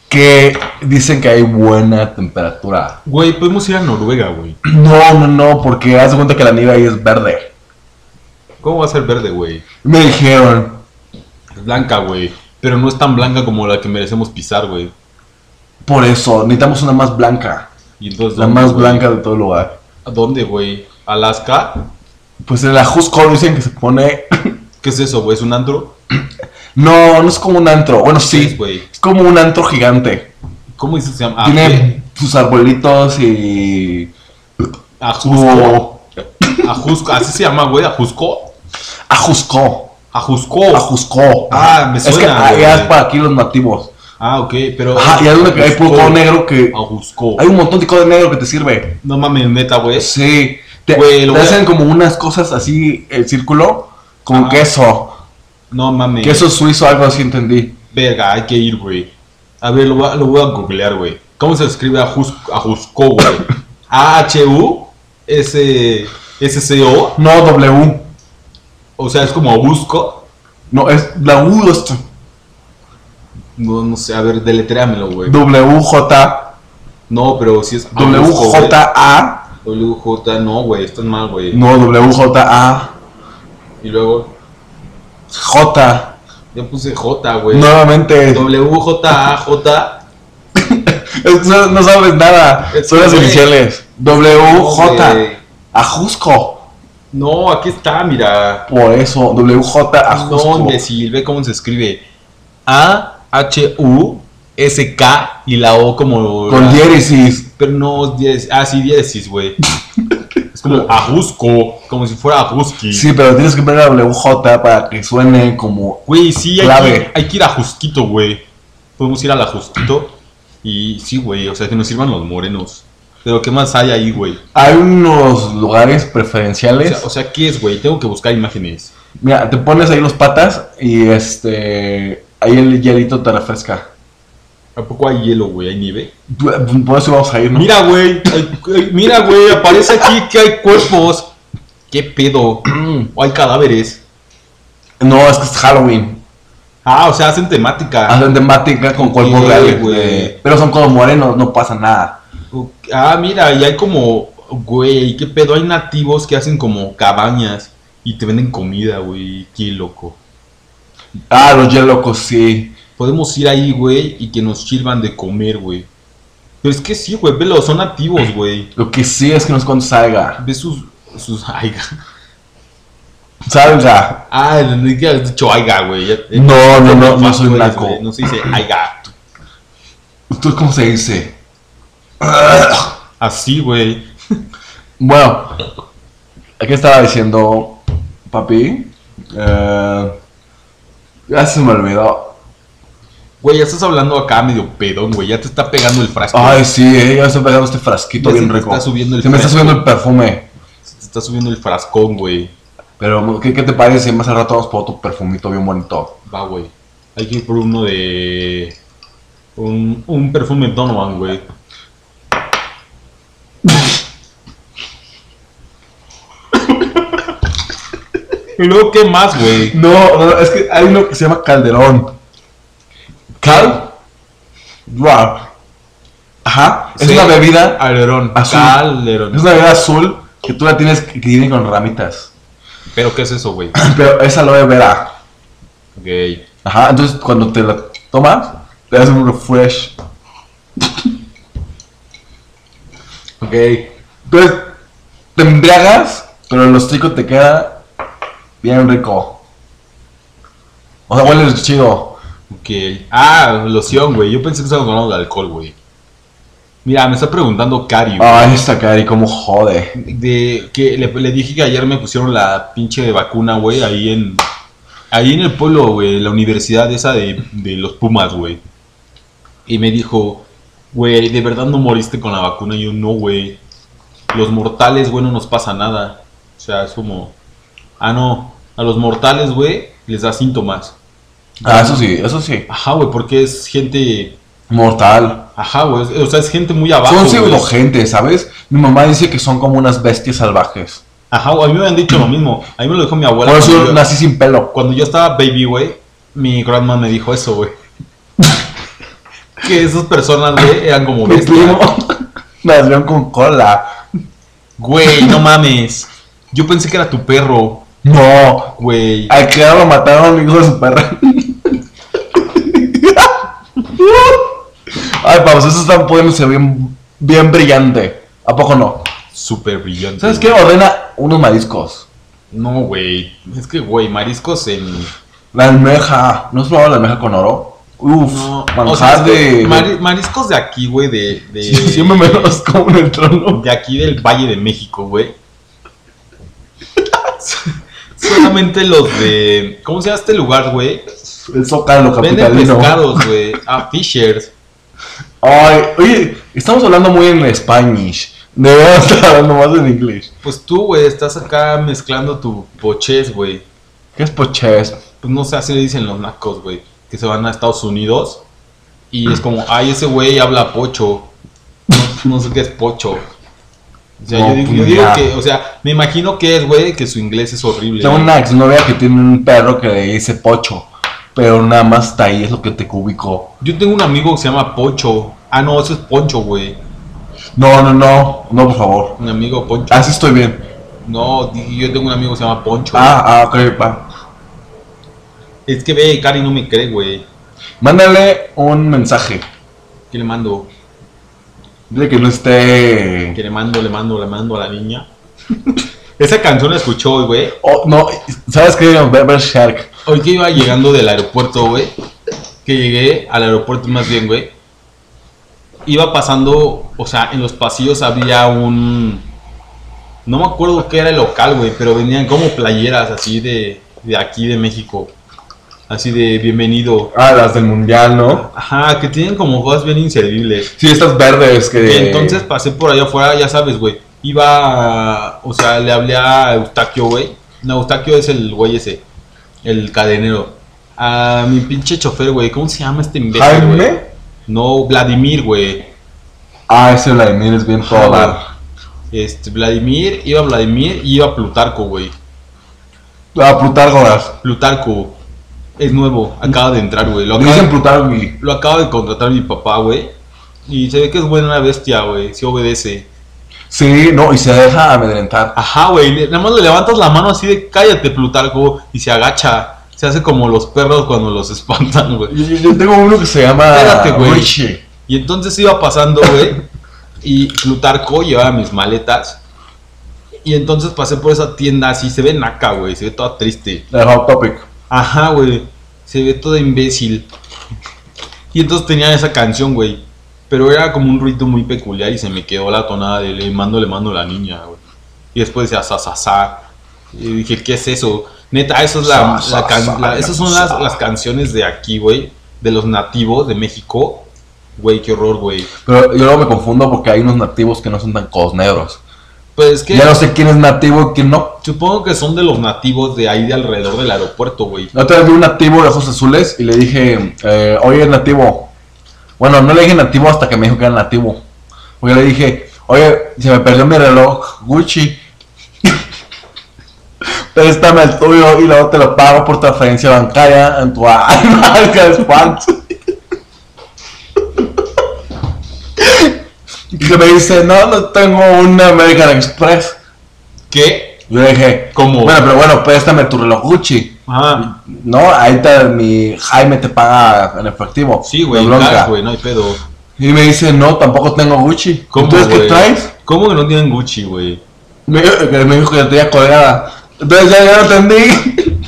Speaker 2: que dicen que hay buena temperatura.
Speaker 1: Güey, podemos ir a Noruega, güey.
Speaker 2: No, no, no, porque haz de cuenta que la nieve ahí es verde.
Speaker 1: ¿Cómo va a ser verde, güey?
Speaker 2: Me dijeron,
Speaker 1: Es blanca, güey. Pero no es tan blanca como la que merecemos pisar, güey.
Speaker 2: por eso, necesitamos una más blanca.
Speaker 1: Y entonces,
Speaker 2: La
Speaker 1: ¿dónde,
Speaker 2: más
Speaker 1: güey?
Speaker 2: blanca de todo el lugar.
Speaker 1: ¿A dónde, güey? ¿Alaska?
Speaker 2: Pues en la Jusco dicen que se pone.
Speaker 1: ¿Qué es eso, güey? ¿Es un antro?
Speaker 2: No, no es como un antro. Bueno,
Speaker 1: ¿Qué es,
Speaker 2: sí.
Speaker 1: güey? Ah,
Speaker 2: Es como un antro gigante.
Speaker 1: ¿Cómo dice que se llama?
Speaker 2: Tiene sus arbolitos y.
Speaker 1: Ajusco.
Speaker 2: su.
Speaker 1: Ajusco. Así se llama, güey. Ajusco.
Speaker 2: Ajusco.
Speaker 1: Ajusco.
Speaker 2: Ajusco.
Speaker 1: Ah, me
Speaker 2: Es que
Speaker 1: suena,
Speaker 2: allá
Speaker 1: güey.
Speaker 2: es para aquí los nativos.
Speaker 1: Ah, ok, pero.
Speaker 2: Ajá, y hay donde que hay puro codo negro que.
Speaker 1: Ajusco.
Speaker 2: Hay un montón de codo negro que te sirve.
Speaker 1: No mames, neta, güey.
Speaker 2: Sí, te,
Speaker 1: Güey, lo
Speaker 2: te
Speaker 1: voy a-
Speaker 2: hacen como unas cosas así, el círculo, con
Speaker 1: Ajá.
Speaker 2: queso.
Speaker 1: No mames.
Speaker 2: Queso suizo, algo así entendí.
Speaker 1: Verga, hay que ir, güey. A ver, lo voy a, lo voy a googlear, güey. ¿Cómo se escribe Ajus- Ajusco, güey? A-H-U-S-C-O.
Speaker 2: No, W.
Speaker 1: O sea, es como busco.
Speaker 2: No, es la U, no es
Speaker 1: No, no sé, a ver, deletréamelo, güey.
Speaker 2: W, J,
Speaker 1: No, pero si Ah, es
Speaker 2: W,
Speaker 1: Ajusco, güey.
Speaker 2: J, A.
Speaker 1: WJ, no, güey, están mal, güey.
Speaker 2: No, W, J, A.
Speaker 1: Y luego,
Speaker 2: J.
Speaker 1: yo puse J, güey.
Speaker 2: Nuevamente.
Speaker 1: WJAJ.
Speaker 2: Es- No, no sabes nada.
Speaker 1: Es
Speaker 2: Son las
Speaker 1: que-
Speaker 2: iniciales. W, J.
Speaker 1: Güey.
Speaker 2: Ajusco.
Speaker 1: No, aquí está, mira.
Speaker 2: Por eso, W, J,
Speaker 1: No,
Speaker 2: Ajusco.
Speaker 1: imbécil, ve cómo se escribe. A, H, U, S, K y la O como.
Speaker 2: Con
Speaker 1: la-
Speaker 2: diéresis.
Speaker 1: Pero no, diez, ah, sí, diéresis, güey. es como ajusco, como si fuera ajuski.
Speaker 2: Sí, pero tienes que poner la W, J para que suene como
Speaker 1: Güey, sí, hay que,
Speaker 2: Clave.
Speaker 1: hay que ir a Jusquito, güey. Podemos ir a la Jusquito. Y sí, güey, o sea, que nos sirvan los morenos. Pero ¿qué más hay ahí, güey?
Speaker 2: Hay unos lugares
Speaker 1: O
Speaker 2: preferenciales.
Speaker 1: sea, o sea, ¿qué es, güey? Tengo que buscar imágenes.
Speaker 2: Mira, te pones ahí los patas y este. Ahí el hielito te refresca.
Speaker 1: ¿A poco hay hielo, güey? ¿Hay nieve?
Speaker 2: Bu- Por eso vamos a ir, ¿no?
Speaker 1: Mira, güey. ay, ay, Mira, güey. Aparece aquí que hay cuerpos. ¿Qué pedo? O hay cadáveres.
Speaker 2: No, es que es Halloween.
Speaker 1: Ah, o sea, hacen temática.
Speaker 2: Hacen temática con cuerpos
Speaker 1: Sí,
Speaker 2: reales.
Speaker 1: güey.
Speaker 2: eh, Pero son como morenos, no pasa nada.
Speaker 1: O- Ah, mira, y hay como. Güey, ¿qué pedo? Hay nativos que hacen como cabañas. Y te venden comida, güey. Qué loco.
Speaker 2: Ah, los hielocos, sí.
Speaker 1: Podemos ir ahí, güey, y que nos sirvan de comer, güey. Pero es que sí, güey, velo, son nativos, güey.
Speaker 2: Lo que sí es que no es cuando salga.
Speaker 1: Ve sus. sus. Aiga.
Speaker 2: Salga.
Speaker 1: Ah, ni que has dicho aiga, güey. Ya-
Speaker 2: No, no, no, no soy
Speaker 1: Tú eres,
Speaker 2: naco.
Speaker 1: güey, Eh, No se dice aiga.
Speaker 2: ¿Tú cómo se dice?
Speaker 1: Así, güey.
Speaker 2: Bueno, aquí estaba diciendo, papi. Eh, ya se me olvidó.
Speaker 1: Güey, ya estás hablando acá medio pedón, güey. Ya te está pegando el frasco.
Speaker 2: Ay, sí, eh, ya estoy pegando este frasquito
Speaker 1: Ya se
Speaker 2: bien
Speaker 1: te
Speaker 2: rico.
Speaker 1: está subiendo el
Speaker 2: Se me está
Speaker 1: frasco.
Speaker 2: subiendo el perfume.
Speaker 1: Se te está subiendo el frascón, güey.
Speaker 2: Pero, ¿qué, qué te parece si más al rato vamos por otro perfumito bien bonito?
Speaker 1: Va, güey. Hay que ir por uno de. Un, un perfume Donovan, güey. y luego, ¿qué más, güey?
Speaker 2: No, no, es que hay uno que se llama Calderón. Cal. Wow. Ajá. Es
Speaker 1: Sí.
Speaker 2: una bebida.
Speaker 1: Calderón.
Speaker 2: Azul.
Speaker 1: Calderón.
Speaker 2: Es una bebida azul que tú la tienes que que viene con ramitas.
Speaker 1: ¿Pero qué es eso, güey?
Speaker 2: Pero es aloe vera.
Speaker 1: Ok.
Speaker 2: Ajá, entonces cuando te la tomas, te hace un refresh.
Speaker 1: Ok.
Speaker 2: Entonces, te embriagas, pero el hocico te queda bien rico. O sea, huele chido.
Speaker 1: Ok. Ah, loción, güey. Yo pensé que estábamos hablando de alcohol, güey. Mira, me está preguntando Cari, güey.
Speaker 2: Ay, esta Cari, cómo jode.
Speaker 1: De que le, le dije que ayer me pusieron la pinche vacuna, güey, ahí en. Ahí en el pueblo, güey, la universidad esa de, de los Pumas, güey. Y me dijo, güey, ¿de verdad no moriste con la vacuna? Y yo, no, güey. Los mortales, güey, no nos pasa nada. O sea, es como. Ah, no. A los mortales, güey, les da síntomas.
Speaker 2: Ah, eso sí, eso sí.
Speaker 1: Ajá, güey, porque es gente.
Speaker 2: Mortal.
Speaker 1: Ajá, güey. es- O sea, es gente muy abajo.
Speaker 2: son
Speaker 1: güey.
Speaker 2: pseudogente, ¿sabes? Mi mamá dice que son como unas bestias salvajes.
Speaker 1: Ajá, güey, a mí me han dicho lo mismo. A mí me lo dijo mi abuela.
Speaker 2: Por
Speaker 1: cuando
Speaker 2: eso
Speaker 1: yo-
Speaker 2: nací sin pelo.
Speaker 1: Cuando yo estaba baby, güey, mi grandma me dijo eso, güey. que esas personas, güey, eran como
Speaker 2: Mi
Speaker 1: bestias.
Speaker 2: primo nació con cola.
Speaker 1: Güey, no mames. Yo pensé que era tu perro,
Speaker 2: No,
Speaker 1: güey.
Speaker 2: al que lo mataron, hijo de su perra. Ay, Pablo, eso está poniéndose bien, bien brillante. ¿A poco no?
Speaker 1: Súper brillante.
Speaker 2: ¿Sabes qué?
Speaker 1: güey.
Speaker 2: Ordena unos mariscos.
Speaker 1: No, güey. Es que, güey, mariscos en.
Speaker 2: La almeja. ¿No has probado la almeja con oro? Uf,
Speaker 1: No,
Speaker 2: manjar
Speaker 1: o sea, es que
Speaker 2: de...
Speaker 1: mari- mariscos de aquí, güey, de. de
Speaker 2: Siempre me los como en el trono.
Speaker 1: de aquí del Valle de México, güey. Solamente los de. ¿Cómo se llama este lugar, güey?
Speaker 2: El zócalo
Speaker 1: Venden
Speaker 2: capitalino.
Speaker 1: pescados, güey. Ah, Fishers.
Speaker 2: Ay, oye, estamos hablando muy en Spanish. Debemos estar hablando más en inglés.
Speaker 1: Pues tú, güey, estás acá mezclando tu pochés, güey.
Speaker 2: ¿Qué es poches?
Speaker 1: Pues no sé, así le dicen los nacos, güey. Que se van a Estados Unidos. Y es como, ay, ese güey habla pocho. No, no sé qué es pocho. O sea,
Speaker 2: No,
Speaker 1: yo, digo,
Speaker 2: pues
Speaker 1: yo digo
Speaker 2: ya.
Speaker 1: que, o sea, me imagino que es, güey, que su inglés es horrible.
Speaker 2: Tengo una exnovia que tiene un perro que le dice pocho, pero nada más está ahí, es lo que te cubicó.
Speaker 1: Yo tengo un amigo que se llama Pocho. Ah, no, eso es Poncho, güey.
Speaker 2: No, no, no, no, por favor.
Speaker 1: Un amigo Poncho.
Speaker 2: Así estoy bien.
Speaker 1: No, dije, yo tengo un amigo que se llama Poncho.
Speaker 2: Ah, ah, ok, pa.
Speaker 1: Es que ve, Cari no me cree, güey.
Speaker 2: Mándale un mensaje.
Speaker 1: ¿Qué le mando?
Speaker 2: Dile que no esté.
Speaker 1: Que le mando, le mando, le mando a la niña. Esa canción la escuchó hoy, güey.
Speaker 2: Oh, no, ¿sabes qué? Berber Shark.
Speaker 1: Hoy que iba llegando del aeropuerto, güey. Que llegué al aeropuerto más bien, güey. Iba pasando, o sea, en los pasillos había un... No me acuerdo qué era el local, güey, pero venían como playeras así de, de aquí, de México. Así de bienvenido.
Speaker 2: Ah, las del mundial, ¿no?
Speaker 1: Ajá, que tienen como cosas bien inservibles.
Speaker 2: Sí, estas verdes que.
Speaker 1: Y entonces pasé por allá afuera, ya sabes, güey. Iba, o sea, le hablé a Eustaquio, güey. No, Eustaquio es el güey ese, el cadenero. A mi pinche chofer, güey. ¿Cómo se llama este imbécil,
Speaker 2: Jaime.
Speaker 1: güey? No, Vladimir, güey.
Speaker 2: Ah, ese Vladimir es bien
Speaker 1: Ajá,
Speaker 2: polar.
Speaker 1: Este, Vladimir, iba Vladimir y iba Plutarco, güey.
Speaker 2: Ah, Plutárgoras.
Speaker 1: Plutarco es nuevo, acaba de entrar, güey. Lo
Speaker 2: Lo que
Speaker 1: acaba de-
Speaker 2: dicen Plutargui.
Speaker 1: Lo acaba de contratar mi papá, güey. Y se ve que es buena bestia, güey. Si obedece.
Speaker 2: Sí, no, y se deja amedrentar.
Speaker 1: Ajá, güey. le- Nada más le levantas la mano así de cállate, Plutarco. Y se agacha. Se hace como los perros cuando los espantan, güey.
Speaker 2: Yo, yo- yo tengo uno que se llama.
Speaker 1: Espérate, güey.
Speaker 2: Richie.
Speaker 1: Y entonces iba pasando, güey. Y Plutarco llevaba mis maletas. Y entonces pasé por esa tienda así. Se ve naca, güey. Se ve toda triste.
Speaker 2: De Hot Topic.
Speaker 1: Ajá, güey. Se ve todo imbécil. Y entonces tenía esa canción, güey. Pero era como un ritmo muy peculiar y se me quedó la tonada de le mando, le mando a la niña, güey. Y después decía sa, sa, sa. Y dije, ¿qué es eso? Neta, eso es la,
Speaker 2: Sa,
Speaker 1: la
Speaker 2: sa,
Speaker 1: can-
Speaker 2: sa,
Speaker 1: la- esas son las,
Speaker 2: sa.
Speaker 1: las canciones de aquí, güey. De los nativos de México. Güey, qué horror, güey.
Speaker 2: Pero yo luego me confundo porque hay unos nativos que no son tan cos negros.
Speaker 1: Pues es que
Speaker 2: Ya no sé quién es nativo y quién no.
Speaker 1: supongo que son de los nativos de ahí de alrededor del aeropuerto, güey.
Speaker 2: La otra vez vi un nativo de ojos azules y le dije, eh, oye, nativo. Bueno, no le dije nativo hasta que me dijo que era nativo. Porque le dije, oye, se me perdió mi reloj Gucci. Préstame el tuyo y luego te lo pago por transferencia bancaria en tu marca de Sparks. Y que me dice, no, no tengo un American Express.
Speaker 1: ¿Qué?
Speaker 2: Yo le dije,
Speaker 1: ¿Cómo?
Speaker 2: bueno, pero bueno, préstame tu reloj Gucci.
Speaker 1: Ajá.
Speaker 2: No, ahí está mi Jaime te paga en efectivo.
Speaker 1: Sí, güey,
Speaker 2: de
Speaker 1: en
Speaker 2: bronca.
Speaker 1: cash, güey, no hay pedo.
Speaker 2: Y me dice, no, tampoco tengo Gucci.
Speaker 1: ¿Cómo,
Speaker 2: ¿Entonces qué
Speaker 1: güey?
Speaker 2: traes?
Speaker 1: ¿Cómo que no tienen Gucci, güey?
Speaker 2: Me, que me dijo que la tenía colgada. Entonces ya, ya lo entendí.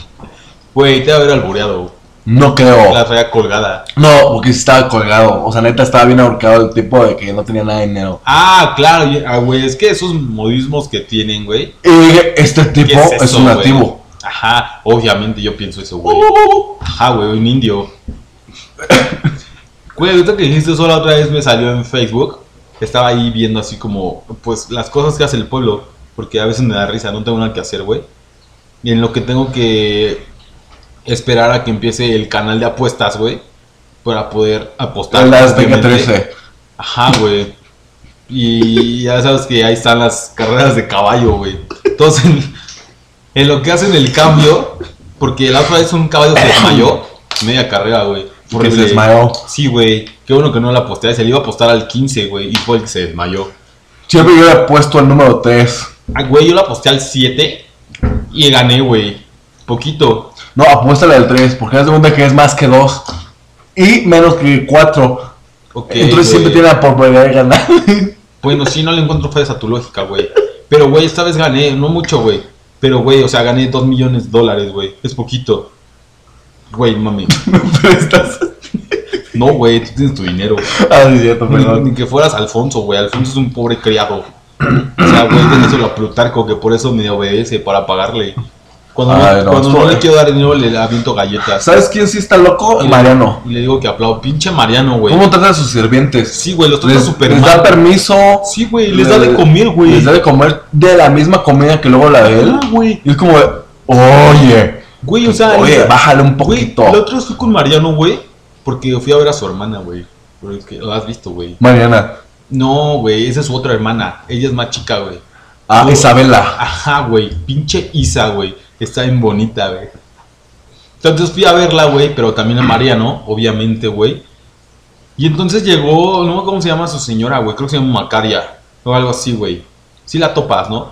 Speaker 1: Güey, te va a haber albureado.
Speaker 2: No creo.
Speaker 1: La traía colgada.
Speaker 2: No, porque sí estaba colgado. O sea, neta estaba bien ahorcado el tipo de que no tenía nada de dinero.
Speaker 1: Ah, claro, y- ah, güey, es que esos modismos que tienen, güey.
Speaker 2: Y dije, este tipo
Speaker 1: ¿qué
Speaker 2: es,
Speaker 1: eso,
Speaker 2: un
Speaker 1: güey?
Speaker 2: nativo.
Speaker 1: Ajá, obviamente yo pienso eso, güey. Ajá, güey, un indio. Güey, ahorita que dijiste eso la otra vez me salió en Facebook. Estaba ahí viendo así como, pues, las cosas que hace el pueblo. Porque a veces me da risa, no tengo nada que hacer, güey. Y en lo que tengo que esperar a que empiece el canal de apuestas, güey. Para poder apostar.
Speaker 2: La Azteca
Speaker 1: obviamente.
Speaker 2: 13.
Speaker 1: Ajá, güey. Y ya sabes que ahí están las carreras de caballo, güey. Entonces, en, en lo que hacen el cambio, porque la otra vez un caballo se desmayó, media carrera, güey.
Speaker 2: Porque se
Speaker 1: Horrible.
Speaker 2: desmayó.
Speaker 1: Sí, güey. Qué bueno que no la aposté, se le iba a apostar al 15, güey, y fue el que se desmayó.
Speaker 2: Siempre yo le he puesto el número 3.
Speaker 1: Ah, güey, yo la aposté al 7 y gané, güey. Poquito.
Speaker 2: No, apuéstale al 3, porque haz de cuenta que es más que 2. Y menos que 4.
Speaker 1: Ok,
Speaker 2: Entonces siempre
Speaker 1: güey.
Speaker 2: tiene la probabilidad de ganar.
Speaker 1: Bueno, sí, no le encuentro fallas a tu lógica, güey. Pero, güey, esta vez gané, no mucho, güey. Pero, güey, o sea, gané 2 millones de dólares, güey. Es poquito. Güey, mami.
Speaker 2: Pero estás.
Speaker 1: No, güey, tú tienes tu dinero.
Speaker 2: Ah, sí, cierto,
Speaker 1: Ni,
Speaker 2: perdón.
Speaker 1: ni que fueras Alfonso, güey. Alfonso es un pobre criado. O sea, güey, déjenselo a Plutarco, que por eso me obedece, para pagarle. Cuando, no-
Speaker 2: Ay, Ah, no,
Speaker 1: cuando no
Speaker 2: pobre.
Speaker 1: le quiero dar dinero, le aviento galletas.
Speaker 2: ¿Sabes quién sí está loco?
Speaker 1: Y le-
Speaker 2: Mariano.
Speaker 1: Y le digo que aplaudo. Pinche Mariano, güey.
Speaker 2: ¿Cómo trata a sus sirvientes?
Speaker 1: Sí, güey, los trata
Speaker 2: Les,
Speaker 1: súper
Speaker 2: les da
Speaker 1: mal.
Speaker 2: permiso.
Speaker 1: Sí, güey, les da de
Speaker 2: le-
Speaker 1: comer, güey.
Speaker 2: Les da de comer de la misma comida que luego la de él.
Speaker 1: Ah, güey.
Speaker 2: Y es como, de, oye,
Speaker 1: Güey, o sea,
Speaker 2: oye,
Speaker 1: neta.
Speaker 2: bájale un
Speaker 1: Güey,
Speaker 2: poquito.
Speaker 1: la otra vez fui con Mariano, güey, porque fui a ver a su hermana, güey. Pero es que lo has visto, güey.
Speaker 2: Mariana.
Speaker 1: No, güey, esa es su otra hermana. Ella es más chica, güey.
Speaker 2: Ah,
Speaker 1: Tú-
Speaker 2: Isabela.
Speaker 1: Ajá, güey, pinche Isa, güey. Está bien bonita, güey. Entonces fui a verla, güey, pero también a Mariano, obviamente, güey. Y entonces llegó, no sé cómo se llama su señora, güey. Creo que se llama Macaria o algo así, güey. Sí la topas, ¿no?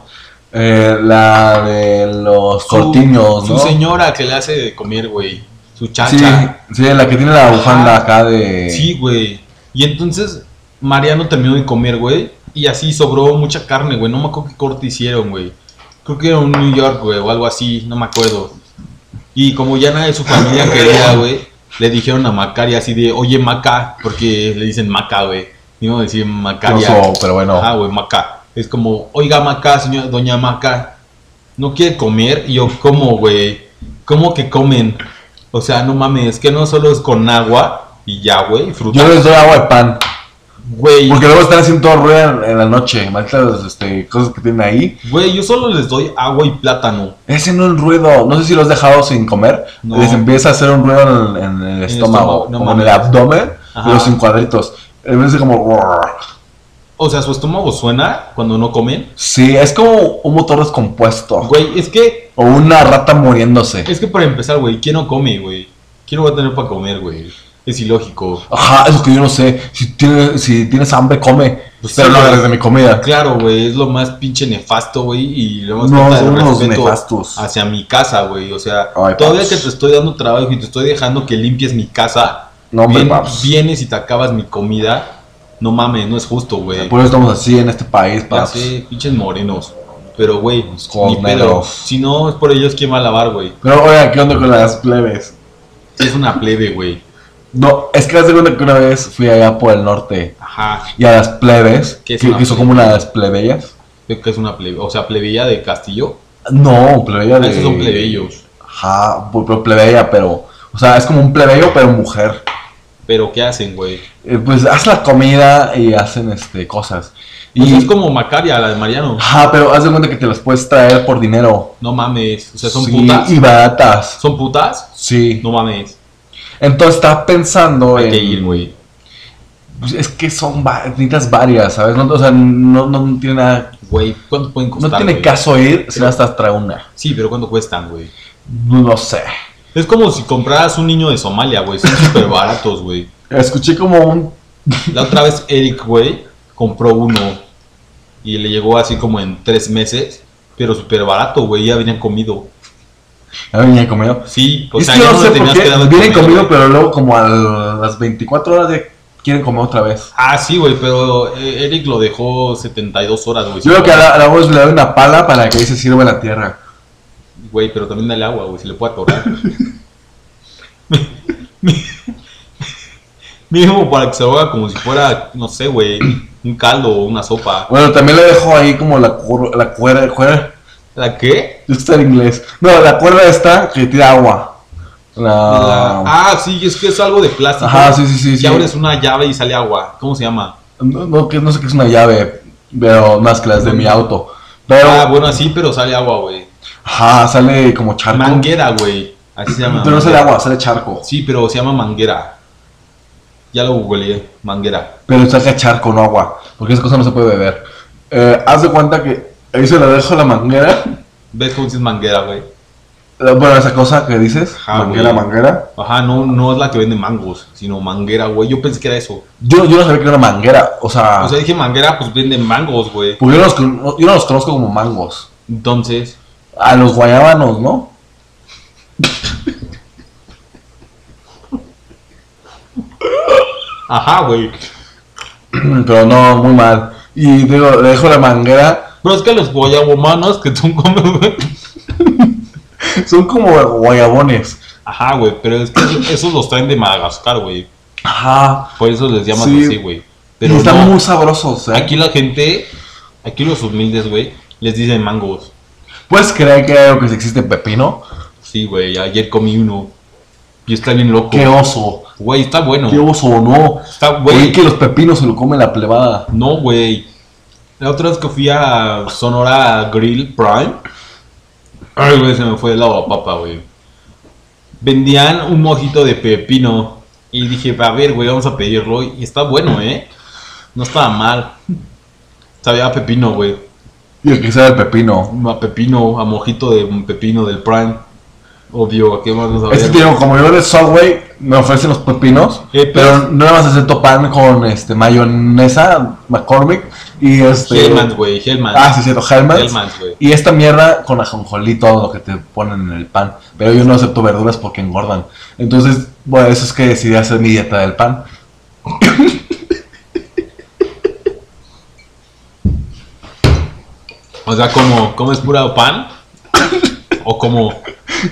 Speaker 2: Eh, la de los cortiños,
Speaker 1: su,
Speaker 2: ¿no?
Speaker 1: Su señora que le hace de comer, güey. Su chacha.
Speaker 2: Sí, sí, la que tiene la
Speaker 1: Ajá.
Speaker 2: bufanda acá de.
Speaker 1: Sí, güey. Y entonces Mariano terminó de comer, güey. Y así sobró mucha carne, güey. No me acuerdo qué corte hicieron, güey. Creo que era un New York, güey, o algo así. No me acuerdo. Y como ya nadie de su familia quería, güey, le dijeron a Macaria así de, oye, Maca, porque le dicen Maca, güey. Y no decir Macaria.
Speaker 2: Oso, pero bueno.
Speaker 1: Ah, güey, Maca. Es como, oiga, Maca, señora, doña Maca, no quiere comer. Y yo, ¿cómo, güey? ¿Cómo que comen? O sea, no mames, que no solo es con agua y ya, güey, y fruta.
Speaker 2: Yo les doy agua de pan.
Speaker 1: Güey,
Speaker 2: Porque luego están haciendo todo ruido en, en la noche. Malditas este, cosas que tienen ahí.
Speaker 1: güey, yo solo les doy agua y plátano.
Speaker 2: Ese no es ruido. No sé si lo has dejado sin comer.
Speaker 1: No.
Speaker 2: Les empieza a hacer un ruido en, en el estómago.
Speaker 1: estómago, no
Speaker 2: como en el
Speaker 1: mames.
Speaker 2: abdomen.
Speaker 1: Ajá.
Speaker 2: Pero sin cuadritos. Empieza como.
Speaker 1: O sea, su estómago suena cuando no comen.
Speaker 2: Sí, es como un motor descompuesto.
Speaker 1: Güey, es que,
Speaker 2: O una rata muriéndose.
Speaker 1: es que para empezar, güey, ¿quién no come, güey? ¿Quién no va a tener para comer, güey? Es ilógico.
Speaker 2: Ajá, eso que yo no sé. Si tienes, si tienes hambre, come.
Speaker 1: Pues
Speaker 2: pero
Speaker 1: sí,
Speaker 2: no
Speaker 1: güey.
Speaker 2: agarres de mi comida.
Speaker 1: Ah, Claro, güey, es lo más pinche nefasto, güey, y lo más
Speaker 2: No,
Speaker 1: falta de
Speaker 2: son unos
Speaker 1: respeto
Speaker 2: nefastos.
Speaker 1: hacia mi casa, güey. O sea,
Speaker 2: Ay,
Speaker 1: todavía
Speaker 2: paps.
Speaker 1: que te estoy dando trabajo y te estoy dejando que limpies mi casa,
Speaker 2: No, hombre,
Speaker 1: bien-
Speaker 2: paps.
Speaker 1: vienes y te acabas mi comida. No mames, no es justo, güey.
Speaker 2: Por eso estamos así en este país,
Speaker 1: Ya
Speaker 2: paps.
Speaker 1: sé, pinches morenos. Pero, güey, pues,
Speaker 2: Ojos
Speaker 1: ni pedo.
Speaker 2: negros.
Speaker 1: Si no es por ellos, ¿quién va a lavar, güey?
Speaker 2: Pero, oiga, ¿qué onda con las plebes?
Speaker 1: Es una plebe, güey.
Speaker 2: No, es que la segunda que una vez fui allá por el norte
Speaker 1: Ajá,
Speaker 2: y a las plebes,
Speaker 1: ¿Qué
Speaker 2: que,
Speaker 1: es una
Speaker 2: que son
Speaker 1: plebe?
Speaker 2: como unas plebeyas.
Speaker 1: creo que es una plebe. O sea, plebeya de Castillo.
Speaker 2: No, plebeya
Speaker 1: Ah,
Speaker 2: de.
Speaker 1: Esos son plebeyos.
Speaker 2: Ajá, pu- pero plebeya, pero. O sea, es como un plebeyo, pero mujer.
Speaker 1: Pero, ¿qué hacen, güey?
Speaker 2: Eh, pues haz la comida y hacen este cosas.
Speaker 1: O sea,
Speaker 2: Y.
Speaker 1: Pues, es como Macaria, la de Mariano.
Speaker 2: Ajá, pero haz de cuenta que te las puedes traer por dinero.
Speaker 1: No mames. O sea, son
Speaker 2: Sí,
Speaker 1: putas.
Speaker 2: Y baratas.
Speaker 1: ¿Son putas?
Speaker 2: Sí.
Speaker 1: No mames.
Speaker 2: Entonces estaba pensando
Speaker 1: Hay
Speaker 2: en.
Speaker 1: que ir, güey.
Speaker 2: Pues, Es que son va- necesitas varias, ¿sabes? No, o sea, no, no tiene nada.
Speaker 1: Güey, ¿cuánto pueden costar?
Speaker 2: No tiene
Speaker 1: güey?
Speaker 2: caso ir si no hasta trae una.
Speaker 1: Sí, pero ¿cuánto cuestan, güey?
Speaker 2: No lo sé.
Speaker 1: Es como si compraras un niño de Somalia, güey. Son súper baratos, güey.
Speaker 2: Escuché como un.
Speaker 1: La otra vez Eric, güey, compró uno y le llegó así como en tres meses, pero súper barato, güey. Ya venían comido.
Speaker 2: Ya venía comido.
Speaker 1: Sí, o
Speaker 2: Es
Speaker 1: sea,
Speaker 2: que
Speaker 1: Pues ya
Speaker 2: yo no
Speaker 1: no
Speaker 2: sé
Speaker 1: le
Speaker 2: por
Speaker 1: tenías
Speaker 2: qué
Speaker 1: que dar de
Speaker 2: vienen
Speaker 1: comer,
Speaker 2: comido,
Speaker 1: güey.
Speaker 2: pero luego como a las 24 horas ya quieren comer otra vez.
Speaker 1: Ah, sí, güey, pero eh, Eric lo dejó 72 horas, güey.
Speaker 2: Yo creo que a la, a la voz le doy una pala para que ahí se sirva la tierra.
Speaker 1: Güey, pero también dale agua, güey, si le puede atorar. Mínimo para que se lo haga como si fuera, no sé, güey, un caldo o una sopa.
Speaker 2: Bueno, también le dejo ahí como la, cur- la cuerda, cuerda,
Speaker 1: ¿La qué?
Speaker 2: esto está en inglés. No, la cuerda está que tira agua. La...
Speaker 1: La- Ah, sí, es que es algo de plástico.
Speaker 2: Ajá, sí, sí, sí,
Speaker 1: Que
Speaker 2: sí.
Speaker 1: abres una llave y sale agua. ¿Cómo se llama?
Speaker 2: No, no, que- no sé qué es una llave, pero más que las de mi auto. Pero,
Speaker 1: Ah, bueno, así, pero sale agua, güey.
Speaker 2: ajá, sale como charco.
Speaker 1: Manguera, güey. Así se llama.
Speaker 2: Pero no sale
Speaker 1: manguera.
Speaker 2: agua, sale charco.
Speaker 1: Sí, pero se llama manguera. Ya lo googleé, manguera.
Speaker 2: Pero saca charco, no agua, porque esa cosa no se puede beber. Eh, haz de cuenta que ahí se la dejo a la manguera.
Speaker 1: ¿Ves cómo dices manguera, güey?
Speaker 2: Eh, Bueno, esa cosa que dices,
Speaker 1: Ajá,
Speaker 2: manguera,
Speaker 1: güey.
Speaker 2: manguera.
Speaker 1: Ajá, no, no es la que vende mangos, sino manguera, güey. Yo pensé que era eso.
Speaker 2: Yo, yo no sabía que era una manguera, o sea,
Speaker 1: O sea, dije manguera, pues venden mangos, güey.
Speaker 2: pues yo, no los con- yo no los conozco como mangos.
Speaker 1: Entonces,
Speaker 2: A los guayábanos, ¿no?
Speaker 1: ajá, güey.
Speaker 2: Pero no, muy mal. Y digo, le dejo la manguera.
Speaker 1: Pero es que los guayabomanos que tú comes, güey.
Speaker 2: Son como guayabones.
Speaker 1: Ajá, güey, pero es que esos- esos los traen de Madagascar, güey.
Speaker 2: Ajá.
Speaker 1: Por eso les llaman
Speaker 2: Sí.
Speaker 1: así, güey.
Speaker 2: y
Speaker 1: Pero
Speaker 2: están
Speaker 1: no,
Speaker 2: muy sabrosos, ¿eh?
Speaker 1: aquí la gente, aquí los humildes, güey, les dicen mangos.
Speaker 2: ¿Puedes creer que hay algo que existe pepino?
Speaker 1: Sí, güey, ayer comí uno. Y está bien loco.
Speaker 2: ¡Qué oso!
Speaker 1: Güey, está bueno.
Speaker 2: ¡Qué oso, no!
Speaker 1: Está,
Speaker 2: Oye,
Speaker 1: güey.
Speaker 2: que los pepinos se lo come la plebada.
Speaker 1: No, güey. La otra vez que fui a Sonora Grill Prime. Ay, güey, se me fue el agua papa, güey. Vendían un mojito de pepino. Y dije, a ver, güey, vamos a pedirlo. Y está bueno, ¿eh? No estaba mal. Sabía a pepino, güey.
Speaker 2: Y el que sabe el pepino.
Speaker 1: A pepino, a mojito de pepino del Prime. Obvio, ¿a qué más nos
Speaker 2: Es que te digo, como yo de Subway me ofrecen los pepinos,
Speaker 1: Eh,
Speaker 2: pero nada más excepto pan con este mayonesa, McCormick, y este.
Speaker 1: Hellman's, güey, Hellman's.
Speaker 2: Ah, sí, cierto, Hellman's.
Speaker 1: Hellman's, güey.
Speaker 2: Y esta mierda con ajonjolí, todo lo que te ponen en el pan. Pero yo no acepto verduras porque engordan. Entonces, bueno, eso es que decidí hacer mi dieta del pan.
Speaker 1: O sea, como, ¿cómo es pura pan? o como,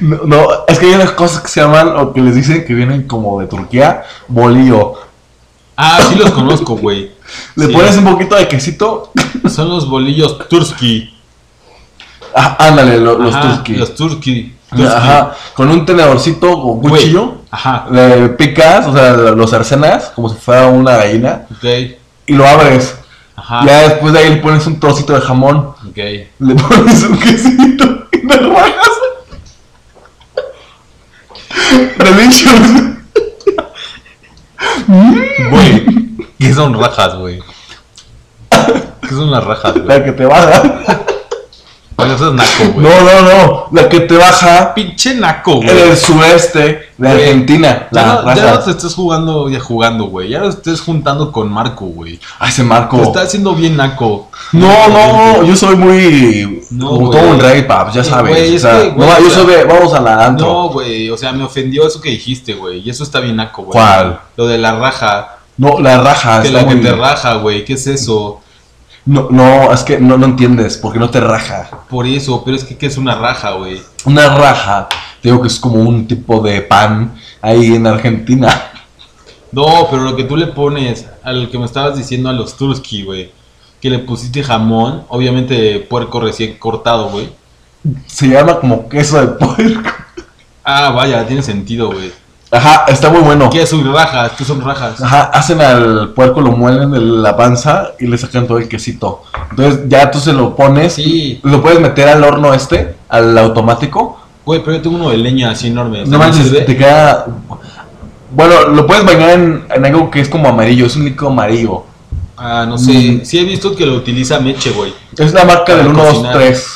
Speaker 2: No, no, es que hay unas cosas que se llaman, o que les dicen que vienen como de Turquía, bolillo.
Speaker 1: Ah, sí los conozco, güey.
Speaker 2: Le
Speaker 1: Sí.
Speaker 2: pones un poquito de quesito.
Speaker 1: Son los bolillos turski.
Speaker 2: Ah, ándale, lo- los
Speaker 1: Ajá,
Speaker 2: turquí.
Speaker 1: Los turski. turski.
Speaker 2: Ajá, con un tenedorcito o
Speaker 1: Güey,
Speaker 2: cuchillo.
Speaker 1: Ajá.
Speaker 2: Le picas, o sea, los cercenas, como si fuera una gallina,
Speaker 1: Ok.
Speaker 2: y lo abres.
Speaker 1: Ajá.
Speaker 2: Ya después de ahí le pones un trocito de jamón.
Speaker 1: Ok.
Speaker 2: Le pones un quesito y le rajas. Delicious.
Speaker 1: Güey. ¿Qué son rajas, güey? ¿Qué son las rajas, güey?
Speaker 2: La que te baja.
Speaker 1: Bueno, eso es naco, güey.
Speaker 2: No, no, no. La que te baja
Speaker 1: Pinche naco,
Speaker 2: en
Speaker 1: güey.
Speaker 2: el sureste de
Speaker 1: Güey,
Speaker 2: Argentina.
Speaker 1: Ya
Speaker 2: La
Speaker 1: no, ya no
Speaker 2: raja.
Speaker 1: te estés jugando, ya jugando, güey. Ya no te estés juntando con Marco, güey.
Speaker 2: Ay, se
Speaker 1: Te
Speaker 2: marcó.
Speaker 1: está haciendo bien naco.
Speaker 2: No, no, yo soy muy.
Speaker 1: No,
Speaker 2: como
Speaker 1: güey.
Speaker 2: todo un rey, pap, ya
Speaker 1: Sí,
Speaker 2: sabes.
Speaker 1: güey,
Speaker 2: o
Speaker 1: es
Speaker 2: sea,
Speaker 1: que, güey,
Speaker 2: no,
Speaker 1: o
Speaker 2: yo
Speaker 1: sea,
Speaker 2: soy de. Vamos a la antro.
Speaker 1: No, güey. O sea, me ofendió eso que dijiste, güey. Y eso está bien naco, güey.
Speaker 2: ¿Cuál?
Speaker 1: Lo de la raja.
Speaker 2: No, la raja.
Speaker 1: Que
Speaker 2: está
Speaker 1: la que
Speaker 2: muy-
Speaker 1: te raja, güey, ¿qué es eso?
Speaker 2: No, no, es que no, no entiendes, porque no te raja.
Speaker 1: Por eso, pero es que ¿qué es una raja, güey?
Speaker 2: Una raja, te digo que es como un tipo de pan ahí en Argentina.
Speaker 1: No, pero lo que tú le pones al que me estabas diciendo a los turski, güey, que le pusiste jamón, obviamente puerco recién cortado, güey.
Speaker 2: Se llama como queso de puerco.
Speaker 1: Ah, vaya, tiene sentido, güey.
Speaker 2: Ajá, está muy bueno.
Speaker 1: ¿Qué son rajas? ¿Qué son rajas?
Speaker 2: Ajá, hacen al puerco, lo muelen de la panza y le sacan todo el quesito. Entonces ya tú se lo pones,
Speaker 1: Sí,
Speaker 2: lo puedes meter al horno este, al automático,
Speaker 1: güey, pero yo tengo uno de leña así enorme.
Speaker 2: No manches, te queda. Bueno, lo puedes bañar en, en algo que es como amarillo, es un líquido amarillo.
Speaker 1: Ah, no
Speaker 2: Mm.
Speaker 1: sé. Sí he visto que lo utiliza Meche, güey.
Speaker 2: Es la marca
Speaker 1: Para
Speaker 2: del 1, 2,
Speaker 1: cocinar.
Speaker 2: 3.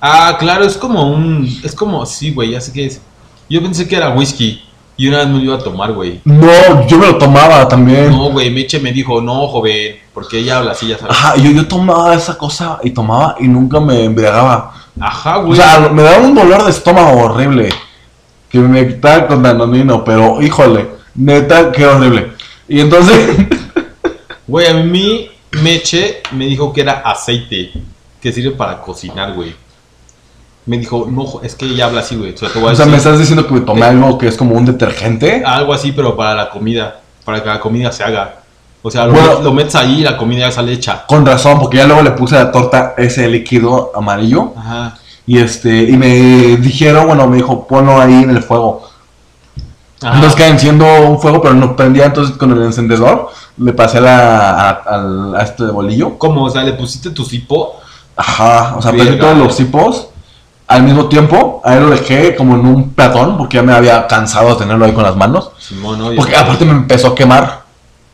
Speaker 1: Ah, claro, es como un... Es como... Sí, güey, ya sé qué es. Yo pensé que era whisky. Y una vez me lo iba a tomar, güey.
Speaker 2: No, yo me lo tomaba también.
Speaker 1: No, güey, Meche me dijo, no, joven, porque ella habla así, ya sabes.
Speaker 2: Ajá, yo, yo tomaba esa cosa y tomaba y nunca me embriagaba.
Speaker 1: Ajá,
Speaker 2: O
Speaker 1: güey.
Speaker 2: sea, me daba un dolor de estómago horrible. Que me quitaba con danonino, pero híjole, neta, qué horrible. Y entonces,
Speaker 1: Güey, a mí Meche me dijo que era aceite, que sirve para cocinar, güey. Me dijo, no, jo- es que ella habla así, güey. O sea, te voy a
Speaker 2: o sea, me
Speaker 1: decir
Speaker 2: estás diciendo que me tomé
Speaker 1: Pues Eh.
Speaker 2: algo que es como un detergente.
Speaker 1: algo así, pero para la comida, para que la comida se haga. O sea, lo,
Speaker 2: Bueno.
Speaker 1: met- lo metes ahí y la comida ya sale hecha.
Speaker 2: Con razón, porque ya luego le puse a la torta ese líquido amarillo.
Speaker 1: Ajá.
Speaker 2: Y este, y me dijeron, bueno, me dijo, ponlo ahí en el fuego.
Speaker 1: Ajá.
Speaker 2: Entonces que enciendo un fuego, pero no prendía, entonces con el encendedor le pasé la, a, al- a este bolillo.
Speaker 1: ¿Cómo? O sea, le pusiste tu cipo.
Speaker 2: Ajá, o sea, prendí
Speaker 1: Verga.
Speaker 2: todos los tipos al mismo tiempo. A él lo dejé como en un platón, porque ya me había cansado de tenerlo ahí con las manos.
Speaker 1: Simón, ¿no? Y-
Speaker 2: Porque aparte me empezó a quemar.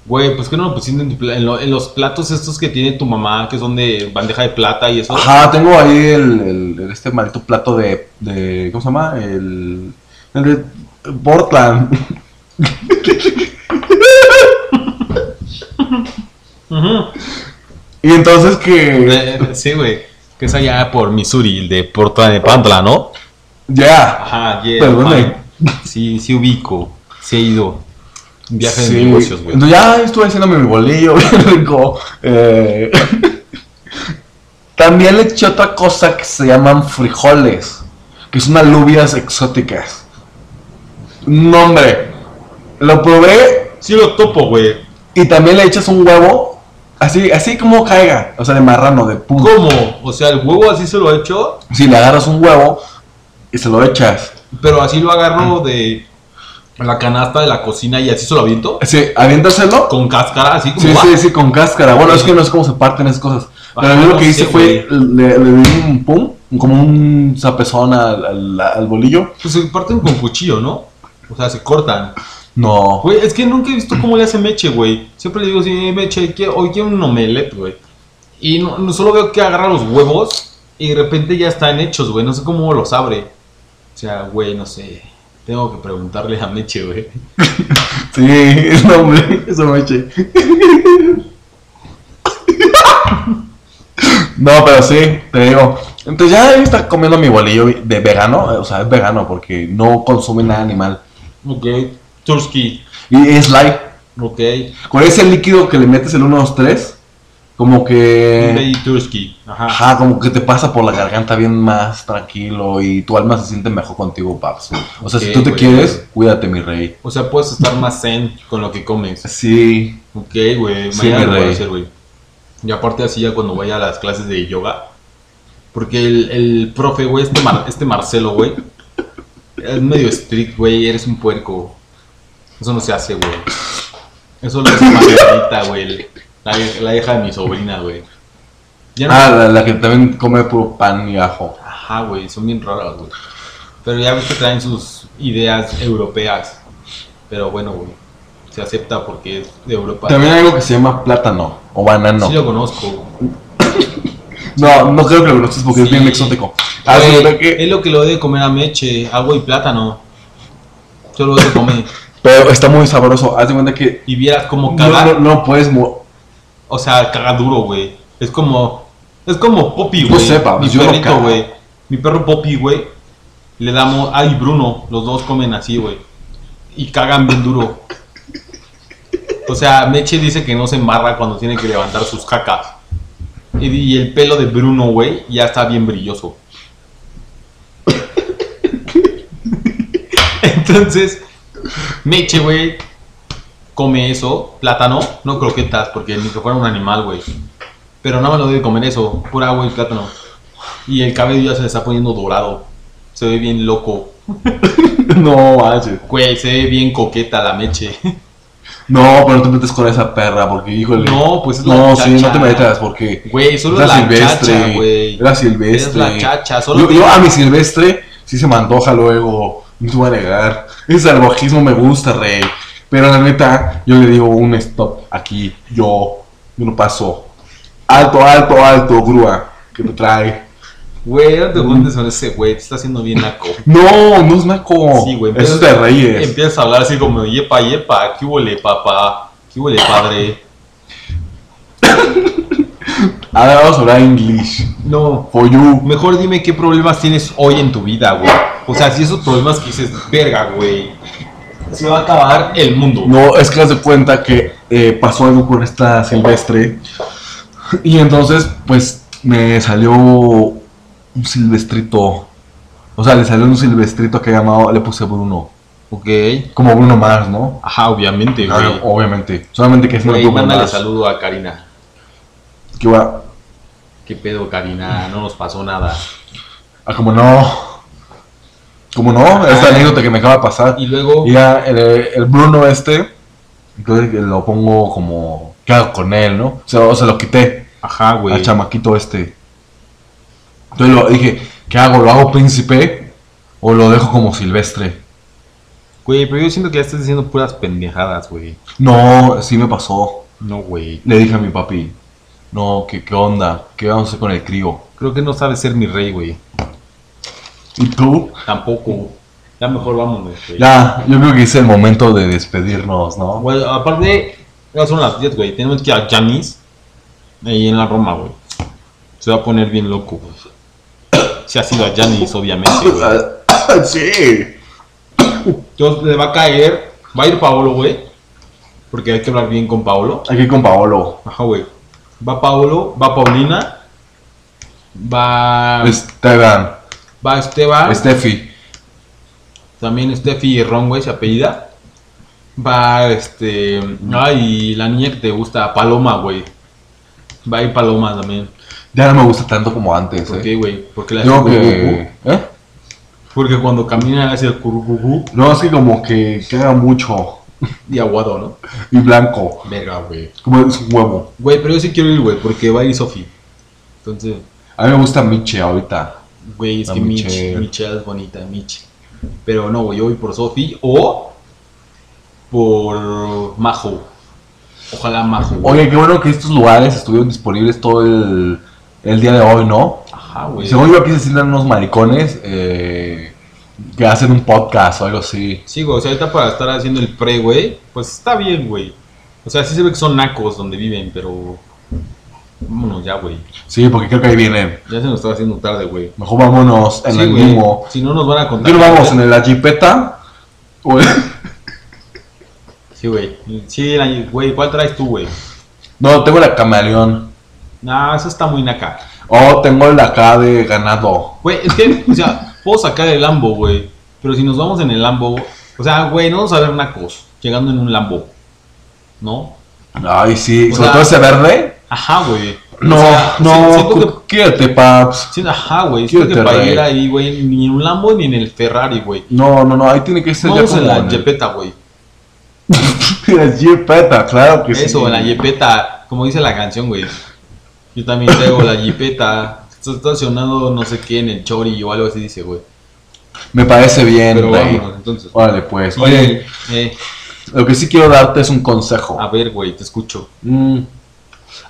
Speaker 1: Güey, pues que no lo pusiste en, tu pla- en lo- en los platos estos que tiene tu mamá, que son de bandeja de plata y eso.
Speaker 2: Ajá, tengo ahí el, el- el- este maldito plato de, de- ¿cómo se llama? El, el de Portland.
Speaker 1: Ujú.
Speaker 2: Y entonces que...
Speaker 1: Eh, Sí, güey. Que es allá por Missouri, el de Porta de Pantla, ¿no?
Speaker 2: Ya.
Speaker 1: Ajá, yeah,
Speaker 2: Perdone.
Speaker 1: fine. Sí, sí ubico. Sí he ido. Un Viaje
Speaker 2: Sí.
Speaker 1: de negocios, güey.
Speaker 2: Entonces ya estuve haciéndome mi bolillo, bien rico. eh. También le eché otra cosa que se llaman frijoles, que son alubias exóticas. No, hombre. Lo probé
Speaker 1: Sí lo topo, güey.
Speaker 2: y también le echas un huevo, así, así como caiga, o sea, de marrano, de pudo.
Speaker 1: ¿Cómo? O sea, el huevo así se lo he hecho,
Speaker 2: Si le agarras un huevo y se lo echas.
Speaker 1: pero así lo
Speaker 2: Ah.
Speaker 1: agarro de la canasta de la cocina y así se lo aviento.
Speaker 2: Sí, aviéntaselo
Speaker 1: Con cáscara, así como.
Speaker 2: Sí,
Speaker 1: va.
Speaker 2: sí, sí, con cáscara. Bueno, es que no es como se parten esas cosas. Pero a mí lo que
Speaker 1: no
Speaker 2: hice
Speaker 1: sé,
Speaker 2: fue, le, le di un pum, como un zapezón al, al- al bolillo.
Speaker 1: Pues se parten con cuchillo, ¿no? O sea, se cortan.
Speaker 2: No.
Speaker 1: Güey, es que nunca he visto cómo le hace Meche, güey. Siempre le digo, sí, Meche, que hoy quiero un omelette, güey. Y no, no solo veo que agarra los huevos y de repente ya están hechos, güey. No sé cómo los abre. O sea, güey, no sé. Tengo que preguntarle a Meche, güey.
Speaker 2: Sí, es un hombre, es un meche. No, pero sí, te digo. Entonces ya ahí está comiendo mi bolillo de vegano, eh, o sea, es vegano porque no consume nada animal.
Speaker 1: Ok. Eh. Tursky.
Speaker 2: Y es light.
Speaker 1: Ok.
Speaker 2: Con ese líquido que le metes el 1, 2, 3, como que...
Speaker 1: Baby Tursky. Ajá.
Speaker 2: Ajá, como que te pasa por la garganta bien más tranquilo y tu alma se siente mejor contigo, paps. O sea, si
Speaker 1: Ok,
Speaker 2: tú te
Speaker 1: güey.
Speaker 2: quieres, cuídate, mi rey.
Speaker 1: O sea, puedes estar más zen con lo que comes.
Speaker 2: Sí.
Speaker 1: Ok, güey,
Speaker 2: Sí,
Speaker 1: mañana
Speaker 2: mi
Speaker 1: lo voy a
Speaker 2: rey.
Speaker 1: hacer, güey. Y aparte así ya cuando vaya a las clases de yoga, porque el, el profe, güey, este, Mar- este Marcelo, güey, es medio strict, güey, eres un puerco. Eso no se hace, güey. Eso lo hace Margarita, güey, la, la hija de mi sobrina, güey. Ya no-
Speaker 2: Ah, la, la que también come puro pan y ajo.
Speaker 1: Ajá, güey, son bien raras, güey. Pero ya ves que traen sus ideas europeas. Pero bueno, güey, se acepta porque es de Europa.
Speaker 2: También hay algo que se llama plátano o banano.
Speaker 1: Sí lo conozco, güey.
Speaker 2: No, no creo que lo conozcas porque es
Speaker 1: Sí. Eh,
Speaker 2: bien exótico. Ah, sí,
Speaker 1: Güey,
Speaker 2: ¿verdad que-
Speaker 1: Es lo que lo debe comer a Meche, agua y plátano. Solo eso come.
Speaker 2: Pero está muy sabroso. Haz de cuenta que
Speaker 1: Y vieras como
Speaker 2: no,
Speaker 1: cagar.
Speaker 2: no, no puedes... mo-
Speaker 1: O sea, caga duro, güey. Es como. Es como Poppy,
Speaker 2: No
Speaker 1: güey.
Speaker 2: sé, pa,
Speaker 1: Mi
Speaker 2: yo no
Speaker 1: perrito,
Speaker 2: cago.
Speaker 1: güey. Mi perro Poppy, güey. Le damos. Ah, y Bruno. Los dos comen así, güey. Y cagan bien duro. O sea, Meche dice que no se embarra cuando tiene que levantar sus cacas. Y, y el pelo de Bruno, güey, ya está bien brilloso. Entonces, Meche, güey, come eso, plátano, no croquetas, porque ni que fuera un animal, güey. Pero nada más lo debe comer eso, pura agua y plátano. Y el cabello ya se le está poniendo dorado. Se ve bien loco.
Speaker 2: no, manches.
Speaker 1: Güey, se ve bien coqueta la meche.
Speaker 2: No, pero no te metes con esa perra porque, híjole.
Speaker 1: No, pues es la
Speaker 2: No, sí, no
Speaker 1: chacha.
Speaker 2: te metas porque...
Speaker 1: Güey, solo
Speaker 2: Era
Speaker 1: es la
Speaker 2: silvestre,
Speaker 1: chacha, güey.
Speaker 2: era silvestre.
Speaker 1: Es la chacha, solo
Speaker 2: Yo,
Speaker 1: tiene-
Speaker 2: yo a mi silvestre sí se me antoja luego, no te voy a negar. Ese salvajismo me gusta, rey. Pero la neta, yo le digo un stop aquí, yo, yo no paso. Alto, alto, alto, grúa, que te trae.
Speaker 1: Güey, no
Speaker 2: Mm.
Speaker 1: te juntes con ese güey, te está haciendo bien naco.
Speaker 2: No, no es naco.
Speaker 1: Sí, güey.
Speaker 2: Eso es de reyes.
Speaker 1: Empiezas a hablar así como, yepa, yepa, ¿qué huele, papá? ¿Qué huele, padre?
Speaker 2: Ahora vamos a hablar inglés.
Speaker 1: No.
Speaker 2: For you.
Speaker 1: Mejor dime qué problemas tienes hoy en tu vida, güey. O sea, si esos problemas que dices, verga, güey. Se va a acabar el mundo.
Speaker 2: No, es que haz de cuenta que eh, pasó algo con esta silvestre. Y entonces, pues, me salió un silvestrito. O sea, le salió un silvestrito que he llamado, le puse Bruno.
Speaker 1: Ok.
Speaker 2: Como Bruno Mars, ¿no?
Speaker 1: Ajá, obviamente, güey.
Speaker 2: Claro, obviamente. Solamente que es no
Speaker 1: Güey,
Speaker 2: Bruno
Speaker 1: mándale
Speaker 2: Mars.
Speaker 1: saludo a Karina.
Speaker 2: Que va
Speaker 1: ¿Qué pedo, Karina? No nos pasó nada.
Speaker 2: ah, como no. Como no, esta anécdota que me acaba de pasar.
Speaker 1: Ah. Y luego,
Speaker 2: Y ya el, el Bruno este, entonces lo pongo como, ¿qué hago con él, no? Se, lo- se lo quité
Speaker 1: ajá, güey.
Speaker 2: al chamaquito este. Entonces lo dije, ¿qué hago? ¿Lo hago príncipe o lo dejo como silvestre?
Speaker 1: Güey, pero yo siento que ya estás diciendo puras pendejadas, güey.
Speaker 2: No, sí me pasó.
Speaker 1: No, güey.
Speaker 2: Le dije a mi papi, no, ¿qué, qué onda? ¿Qué vamos a hacer con el crío?
Speaker 1: Creo que no sabes ser mi rey, güey.
Speaker 2: ¿Y tú?
Speaker 1: Tampoco. Ya mejor vámonos, güey.
Speaker 2: Ya, yo creo que es el momento de despedirnos, ¿no?
Speaker 1: Güey, Pues, aparte, ya son las 10, güey. Tenemos que ir a Janis. Ahí en la Roma, güey. Se va a poner bien loco, güey. Si ha sido a Janis, obviamente, güey.
Speaker 2: sí.
Speaker 1: Entonces le va a caer. Va a ir Paolo, güey. Porque hay que hablar bien con Paolo.
Speaker 2: Aquí con Paolo.
Speaker 1: Ajá, güey. Va Paolo, va Paulina. Va.
Speaker 2: Esteban,
Speaker 1: Va Esteban.
Speaker 2: Este- Estefi,
Speaker 1: También Steffi Ron, güey, se apellida. Va, este. Ay, y la niña que te gusta, Paloma, güey. Va a ir Paloma también.
Speaker 2: ya no me gusta tanto como antes,
Speaker 1: ¿Por
Speaker 2: ¿eh?
Speaker 1: qué, Uh, güey? Porque la
Speaker 2: Yo
Speaker 1: hace cucucú.
Speaker 2: que. ¿Eh?
Speaker 1: Porque cuando camina hace el curucucú
Speaker 2: No, es que como que caga mucho
Speaker 1: y aguado, ¿no?
Speaker 2: y blanco.
Speaker 1: Verga, güey.
Speaker 2: Como es un huevo.
Speaker 1: Güey, pero yo sí quiero ir, güey, porque va a ir Sofi. Entonces,
Speaker 2: A mí me gusta Miche ahorita.
Speaker 1: güey, es
Speaker 2: La
Speaker 1: que Mitch,
Speaker 2: Michelle.
Speaker 1: Michelle es bonita, Mitch. Pero no, güey, yo voy por Sofi o por Majo. Ojalá Majo. güey.
Speaker 2: Oye, qué bueno que estos lugares estuvieron disponibles todo el, el día de hoy, ¿no?
Speaker 1: Ajá, güey.
Speaker 2: Según yo aquí se sientan unos maricones eh, que hacen un podcast o algo así.
Speaker 1: Sí, güey, o sea, ahorita para estar haciendo el pre, güey, pues está bien, güey. O sea, sí se ve que son nacos donde viven, pero... Vámonos ya, güey.
Speaker 2: Sí, porque creo que ahí vienen.
Speaker 1: Ya se nos está haciendo tarde, güey.
Speaker 2: Mejor vámonos en
Speaker 1: Sí,
Speaker 2: el
Speaker 1: güey.
Speaker 2: mismo.
Speaker 1: Si no nos van a
Speaker 2: ¿Qué
Speaker 1: contar.
Speaker 2: nos vamos? ¿En la jipeta? ¿O en-
Speaker 1: Sí, güey. Sí, la- güey, ¿cuál traes tú, güey?
Speaker 2: No, tengo la camaleón.
Speaker 1: Nah, eso está muy naca.
Speaker 2: Oh, tengo la acá de ganado.
Speaker 1: Güey, es que, o sea, puedo sacar el Lambo, güey. Pero si nos vamos en el Lambo, o sea, güey, no vamos a ver nacos llegando en un Lambo. ¿No?
Speaker 2: Ay, sí.
Speaker 1: O
Speaker 2: Sobre
Speaker 1: sea-
Speaker 2: todo ese verde.
Speaker 1: Ajá, güey. O
Speaker 2: No,
Speaker 1: sea, si-
Speaker 2: no,
Speaker 1: siento que-
Speaker 2: cu- quédate, paps.
Speaker 1: Sí, ajá, güey. Siento que
Speaker 2: Cute,
Speaker 1: para
Speaker 2: rey.
Speaker 1: ir ahí, güey, ni en un Lambo ni en el Ferrari, güey.
Speaker 2: No, no, no, ahí tiene que ser ya
Speaker 1: Vamos
Speaker 2: como
Speaker 1: en la
Speaker 2: en el-
Speaker 1: Jepeta, güey.
Speaker 2: La jipeta, claro que sí.
Speaker 1: Eso, en la Jepeta, como dice la canción, güey. Yo también traigo la Jepeta. Está estacionado no sé qué en el Chori o algo así dice, güey.
Speaker 2: Me parece bien,
Speaker 1: Pero
Speaker 2: rey.
Speaker 1: vámonos, entonces.
Speaker 2: Órale, pues.
Speaker 1: Y,
Speaker 2: Oye,
Speaker 1: eh,
Speaker 2: lo que sí quiero darte es un consejo.
Speaker 1: a ver, güey, te escucho.
Speaker 2: Mm,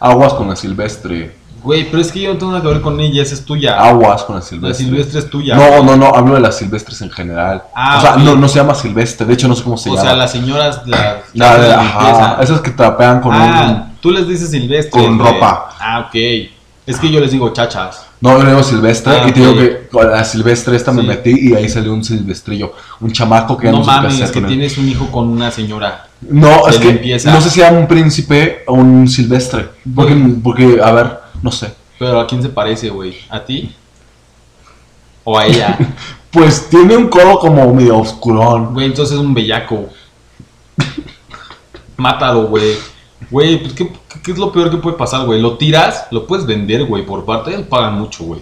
Speaker 2: aguas con la silvestre.
Speaker 1: Güey, pero es que yo no tengo nada que ver con ella, esa es tuya.
Speaker 2: Aguas con la
Speaker 1: la
Speaker 2: silvestre.
Speaker 1: silvestre es tuya.
Speaker 2: Ah, pues, No, no, no, hablo de las silvestres en general.
Speaker 1: Ah,
Speaker 2: o sea,
Speaker 1: ok.
Speaker 2: no, no se llama silvestre, de hecho no sé cómo se
Speaker 1: o
Speaker 2: llama.
Speaker 1: sea, las señoras, las.
Speaker 2: La
Speaker 1: las
Speaker 2: de-
Speaker 1: de
Speaker 2: ajá,
Speaker 1: limpieza.
Speaker 2: esas que trapean con
Speaker 1: ah,
Speaker 2: un...
Speaker 1: tú les dices silvestre.
Speaker 2: con
Speaker 1: güey.
Speaker 2: ropa.
Speaker 1: Ah, ok. Es que yo les digo chachas.
Speaker 2: No, yo le digo silvestre
Speaker 1: Ah,
Speaker 2: y te digo
Speaker 1: ok.
Speaker 2: que con la silvestre esta me
Speaker 1: Sí.
Speaker 2: metí y ahí salió un silvestrillo, un chamaco que ya
Speaker 1: no
Speaker 2: supe qué
Speaker 1: mames,
Speaker 2: hacer
Speaker 1: es que
Speaker 2: con él.
Speaker 1: tienes un hijo con una señora.
Speaker 2: No,
Speaker 1: de
Speaker 2: es que
Speaker 1: limpieza.
Speaker 2: no sé si era un príncipe o un silvestre. Porque, porque a ver, no sé.
Speaker 1: Pero ¿a quién se parece, güey? ¿A ti? ¿O a ella?
Speaker 2: Pues tiene un codo como medio oscurón.
Speaker 1: Güey, entonces es un bellaco. Mátalo, güey. Güey, pues ¿qué, qué- qué es lo peor que puede pasar, güey? Lo tiras, lo puedes vender, güey, por parte. Él paga mucho, güey.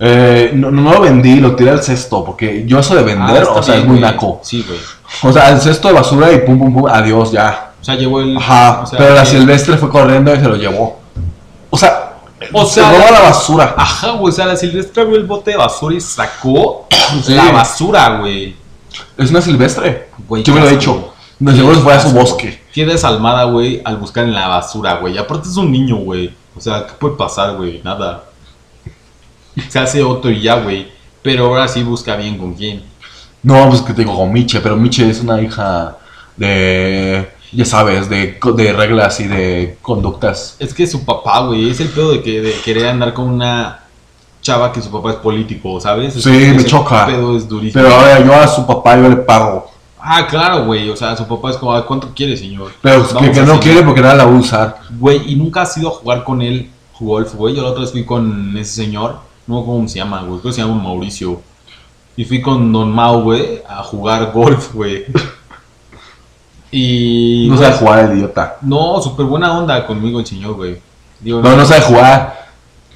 Speaker 2: Eh, no, no lo vendí, lo tiré al cesto. Porque yo eso de
Speaker 1: Ah,
Speaker 2: vender,
Speaker 1: está
Speaker 2: o sea,
Speaker 1: bien,
Speaker 2: es muy
Speaker 1: güey.
Speaker 2: naco.
Speaker 1: Sí, güey.
Speaker 2: O sea, al cesto de basura y pum, pum, pum, adiós, ya.
Speaker 1: O sea, llegó el.
Speaker 2: Ajá.
Speaker 1: o sea,
Speaker 2: pero la
Speaker 1: que-
Speaker 2: silvestre fue corriendo y se lo llevó. O sea,
Speaker 1: O
Speaker 2: se
Speaker 1: sea,
Speaker 2: roba la basura.
Speaker 1: Ajá, güey. O sea, la silvestre abrió el bote de basura y sacó
Speaker 2: Sí.
Speaker 1: la basura, güey.
Speaker 2: Es una silvestre.
Speaker 1: Güey,
Speaker 2: Yo me lo he
Speaker 1: qué
Speaker 2: hecho.
Speaker 1: asco.
Speaker 2: Nos llevó fue a su bosque.
Speaker 1: Qué desalmada, güey, al buscar en la basura, güey. Aparte es un niño, güey. O sea, ¿qué puede pasar, güey? Nada. se hace otro y ya, güey. Pero ahora sí busca bien con quién.
Speaker 2: No, pues que te digo con Miche, pero Miche es una hija de, ya sabes, de, co- de reglas y de conductas.
Speaker 1: Es que su papá, güey, es el pedo de, que, de querer andar con una chava que su papá es político, ¿sabes?
Speaker 2: Sí,
Speaker 1: Ese-
Speaker 2: me
Speaker 1: ese
Speaker 2: choca.
Speaker 1: pedo es durísimo.
Speaker 2: Pero ahora yo a su papá yo le pago.
Speaker 1: Ah, claro, güey. O sea, su papá es como, "Ah, ¿cuánto quiere, señor?
Speaker 2: Pero que,
Speaker 1: Vamos
Speaker 2: que
Speaker 1: a
Speaker 2: no
Speaker 1: seguir.
Speaker 2: quiere porque nada la va a usar.
Speaker 1: Güey, y nunca has ido a jugar con él golf, güey. Yo la otra vez fui con ese señor, no sé cómo se llama, güey. Creo que se llama Mauricio. Y fui con Don Mau, güey, a jugar golf, güey. Y. pues-
Speaker 2: No sabe jugar, el idiota.
Speaker 1: No, súper buena onda conmigo el señor, güey. Digo,
Speaker 2: No, no sabe jugar.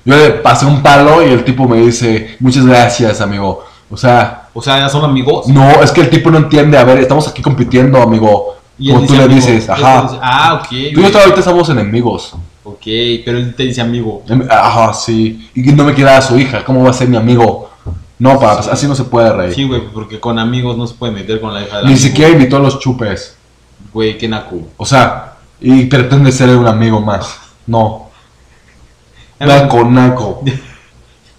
Speaker 2: Yo le pasé un palo y el tipo me dice, muchas gracias, amigo. O sea,
Speaker 1: O sea, ya son amigos.
Speaker 2: no, es que el tipo no entiende. A ver, estamos aquí compitiendo, amigo.
Speaker 1: él
Speaker 2: Como tú
Speaker 1: dice
Speaker 2: le
Speaker 1: amigo.
Speaker 2: dices,
Speaker 1: Él te dice,
Speaker 2: ajá.
Speaker 1: ah, ok.
Speaker 2: Tú y
Speaker 1: güey.
Speaker 2: yo ahorita estamos enemigos.
Speaker 1: Ok, pero él te dice amigo.
Speaker 2: Em- Ajá, sí. Y no me queda su hija. ¿Cómo va a ser mi amigo? No, paps, así no se puede reír.
Speaker 1: Sí, güey, porque con amigos no se puede meter con la hija de
Speaker 2: Ni siquiera invitó a los chupes.
Speaker 1: Güey, qué naco.
Speaker 2: O sea, y pretende ser un amigo más. No.
Speaker 1: Em,
Speaker 2: Naco, naco.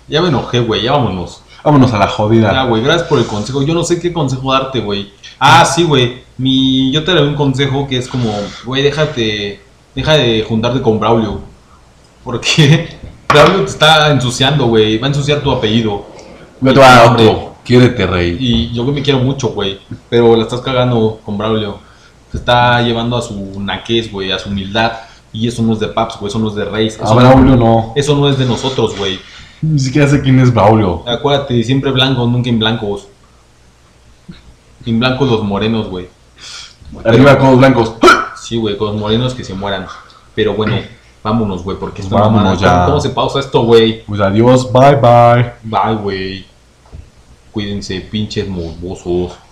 Speaker 1: Ya me enojé, güey, ya vámonos.
Speaker 2: Vámonos a la
Speaker 1: Ah,
Speaker 2: jodida.
Speaker 1: güey, gracias por el consejo. Yo no sé qué consejo darte, güey. Ah, sí, güey. Mi, yo te daré un consejo que es como, güey, déjate, deja de juntarte con Braulio. Porque Braulio te está ensuciando, güey. Va a ensuciar tu apellido.
Speaker 2: Vete a otro. Quiérete reír.
Speaker 1: Y yo me quiero mucho, güey. Pero la estás cagando con Braulio. Se está llevando a su naquez, güey, a su humildad. Y eso no es de Paps, güey, eso no es de Reis. Eso,
Speaker 2: A Braulio no.
Speaker 1: eso no es de nosotros, güey.
Speaker 2: Ni siquiera sé quién es Braulio.
Speaker 1: Acuérdate, siempre blancos, nunca en blancos. En blancos los morenos, güey.
Speaker 2: Arriba con los blancos.
Speaker 1: Sí, güey, con los morenos que se mueran. Pero bueno, vámonos, güey, porque esta
Speaker 2: Vámonos
Speaker 1: mamada-
Speaker 2: ya.
Speaker 1: ¿Cómo se pausa esto, güey?
Speaker 2: Pues adiós, bye bye.
Speaker 1: Bye, güey. Cuídense, pinches morbosos.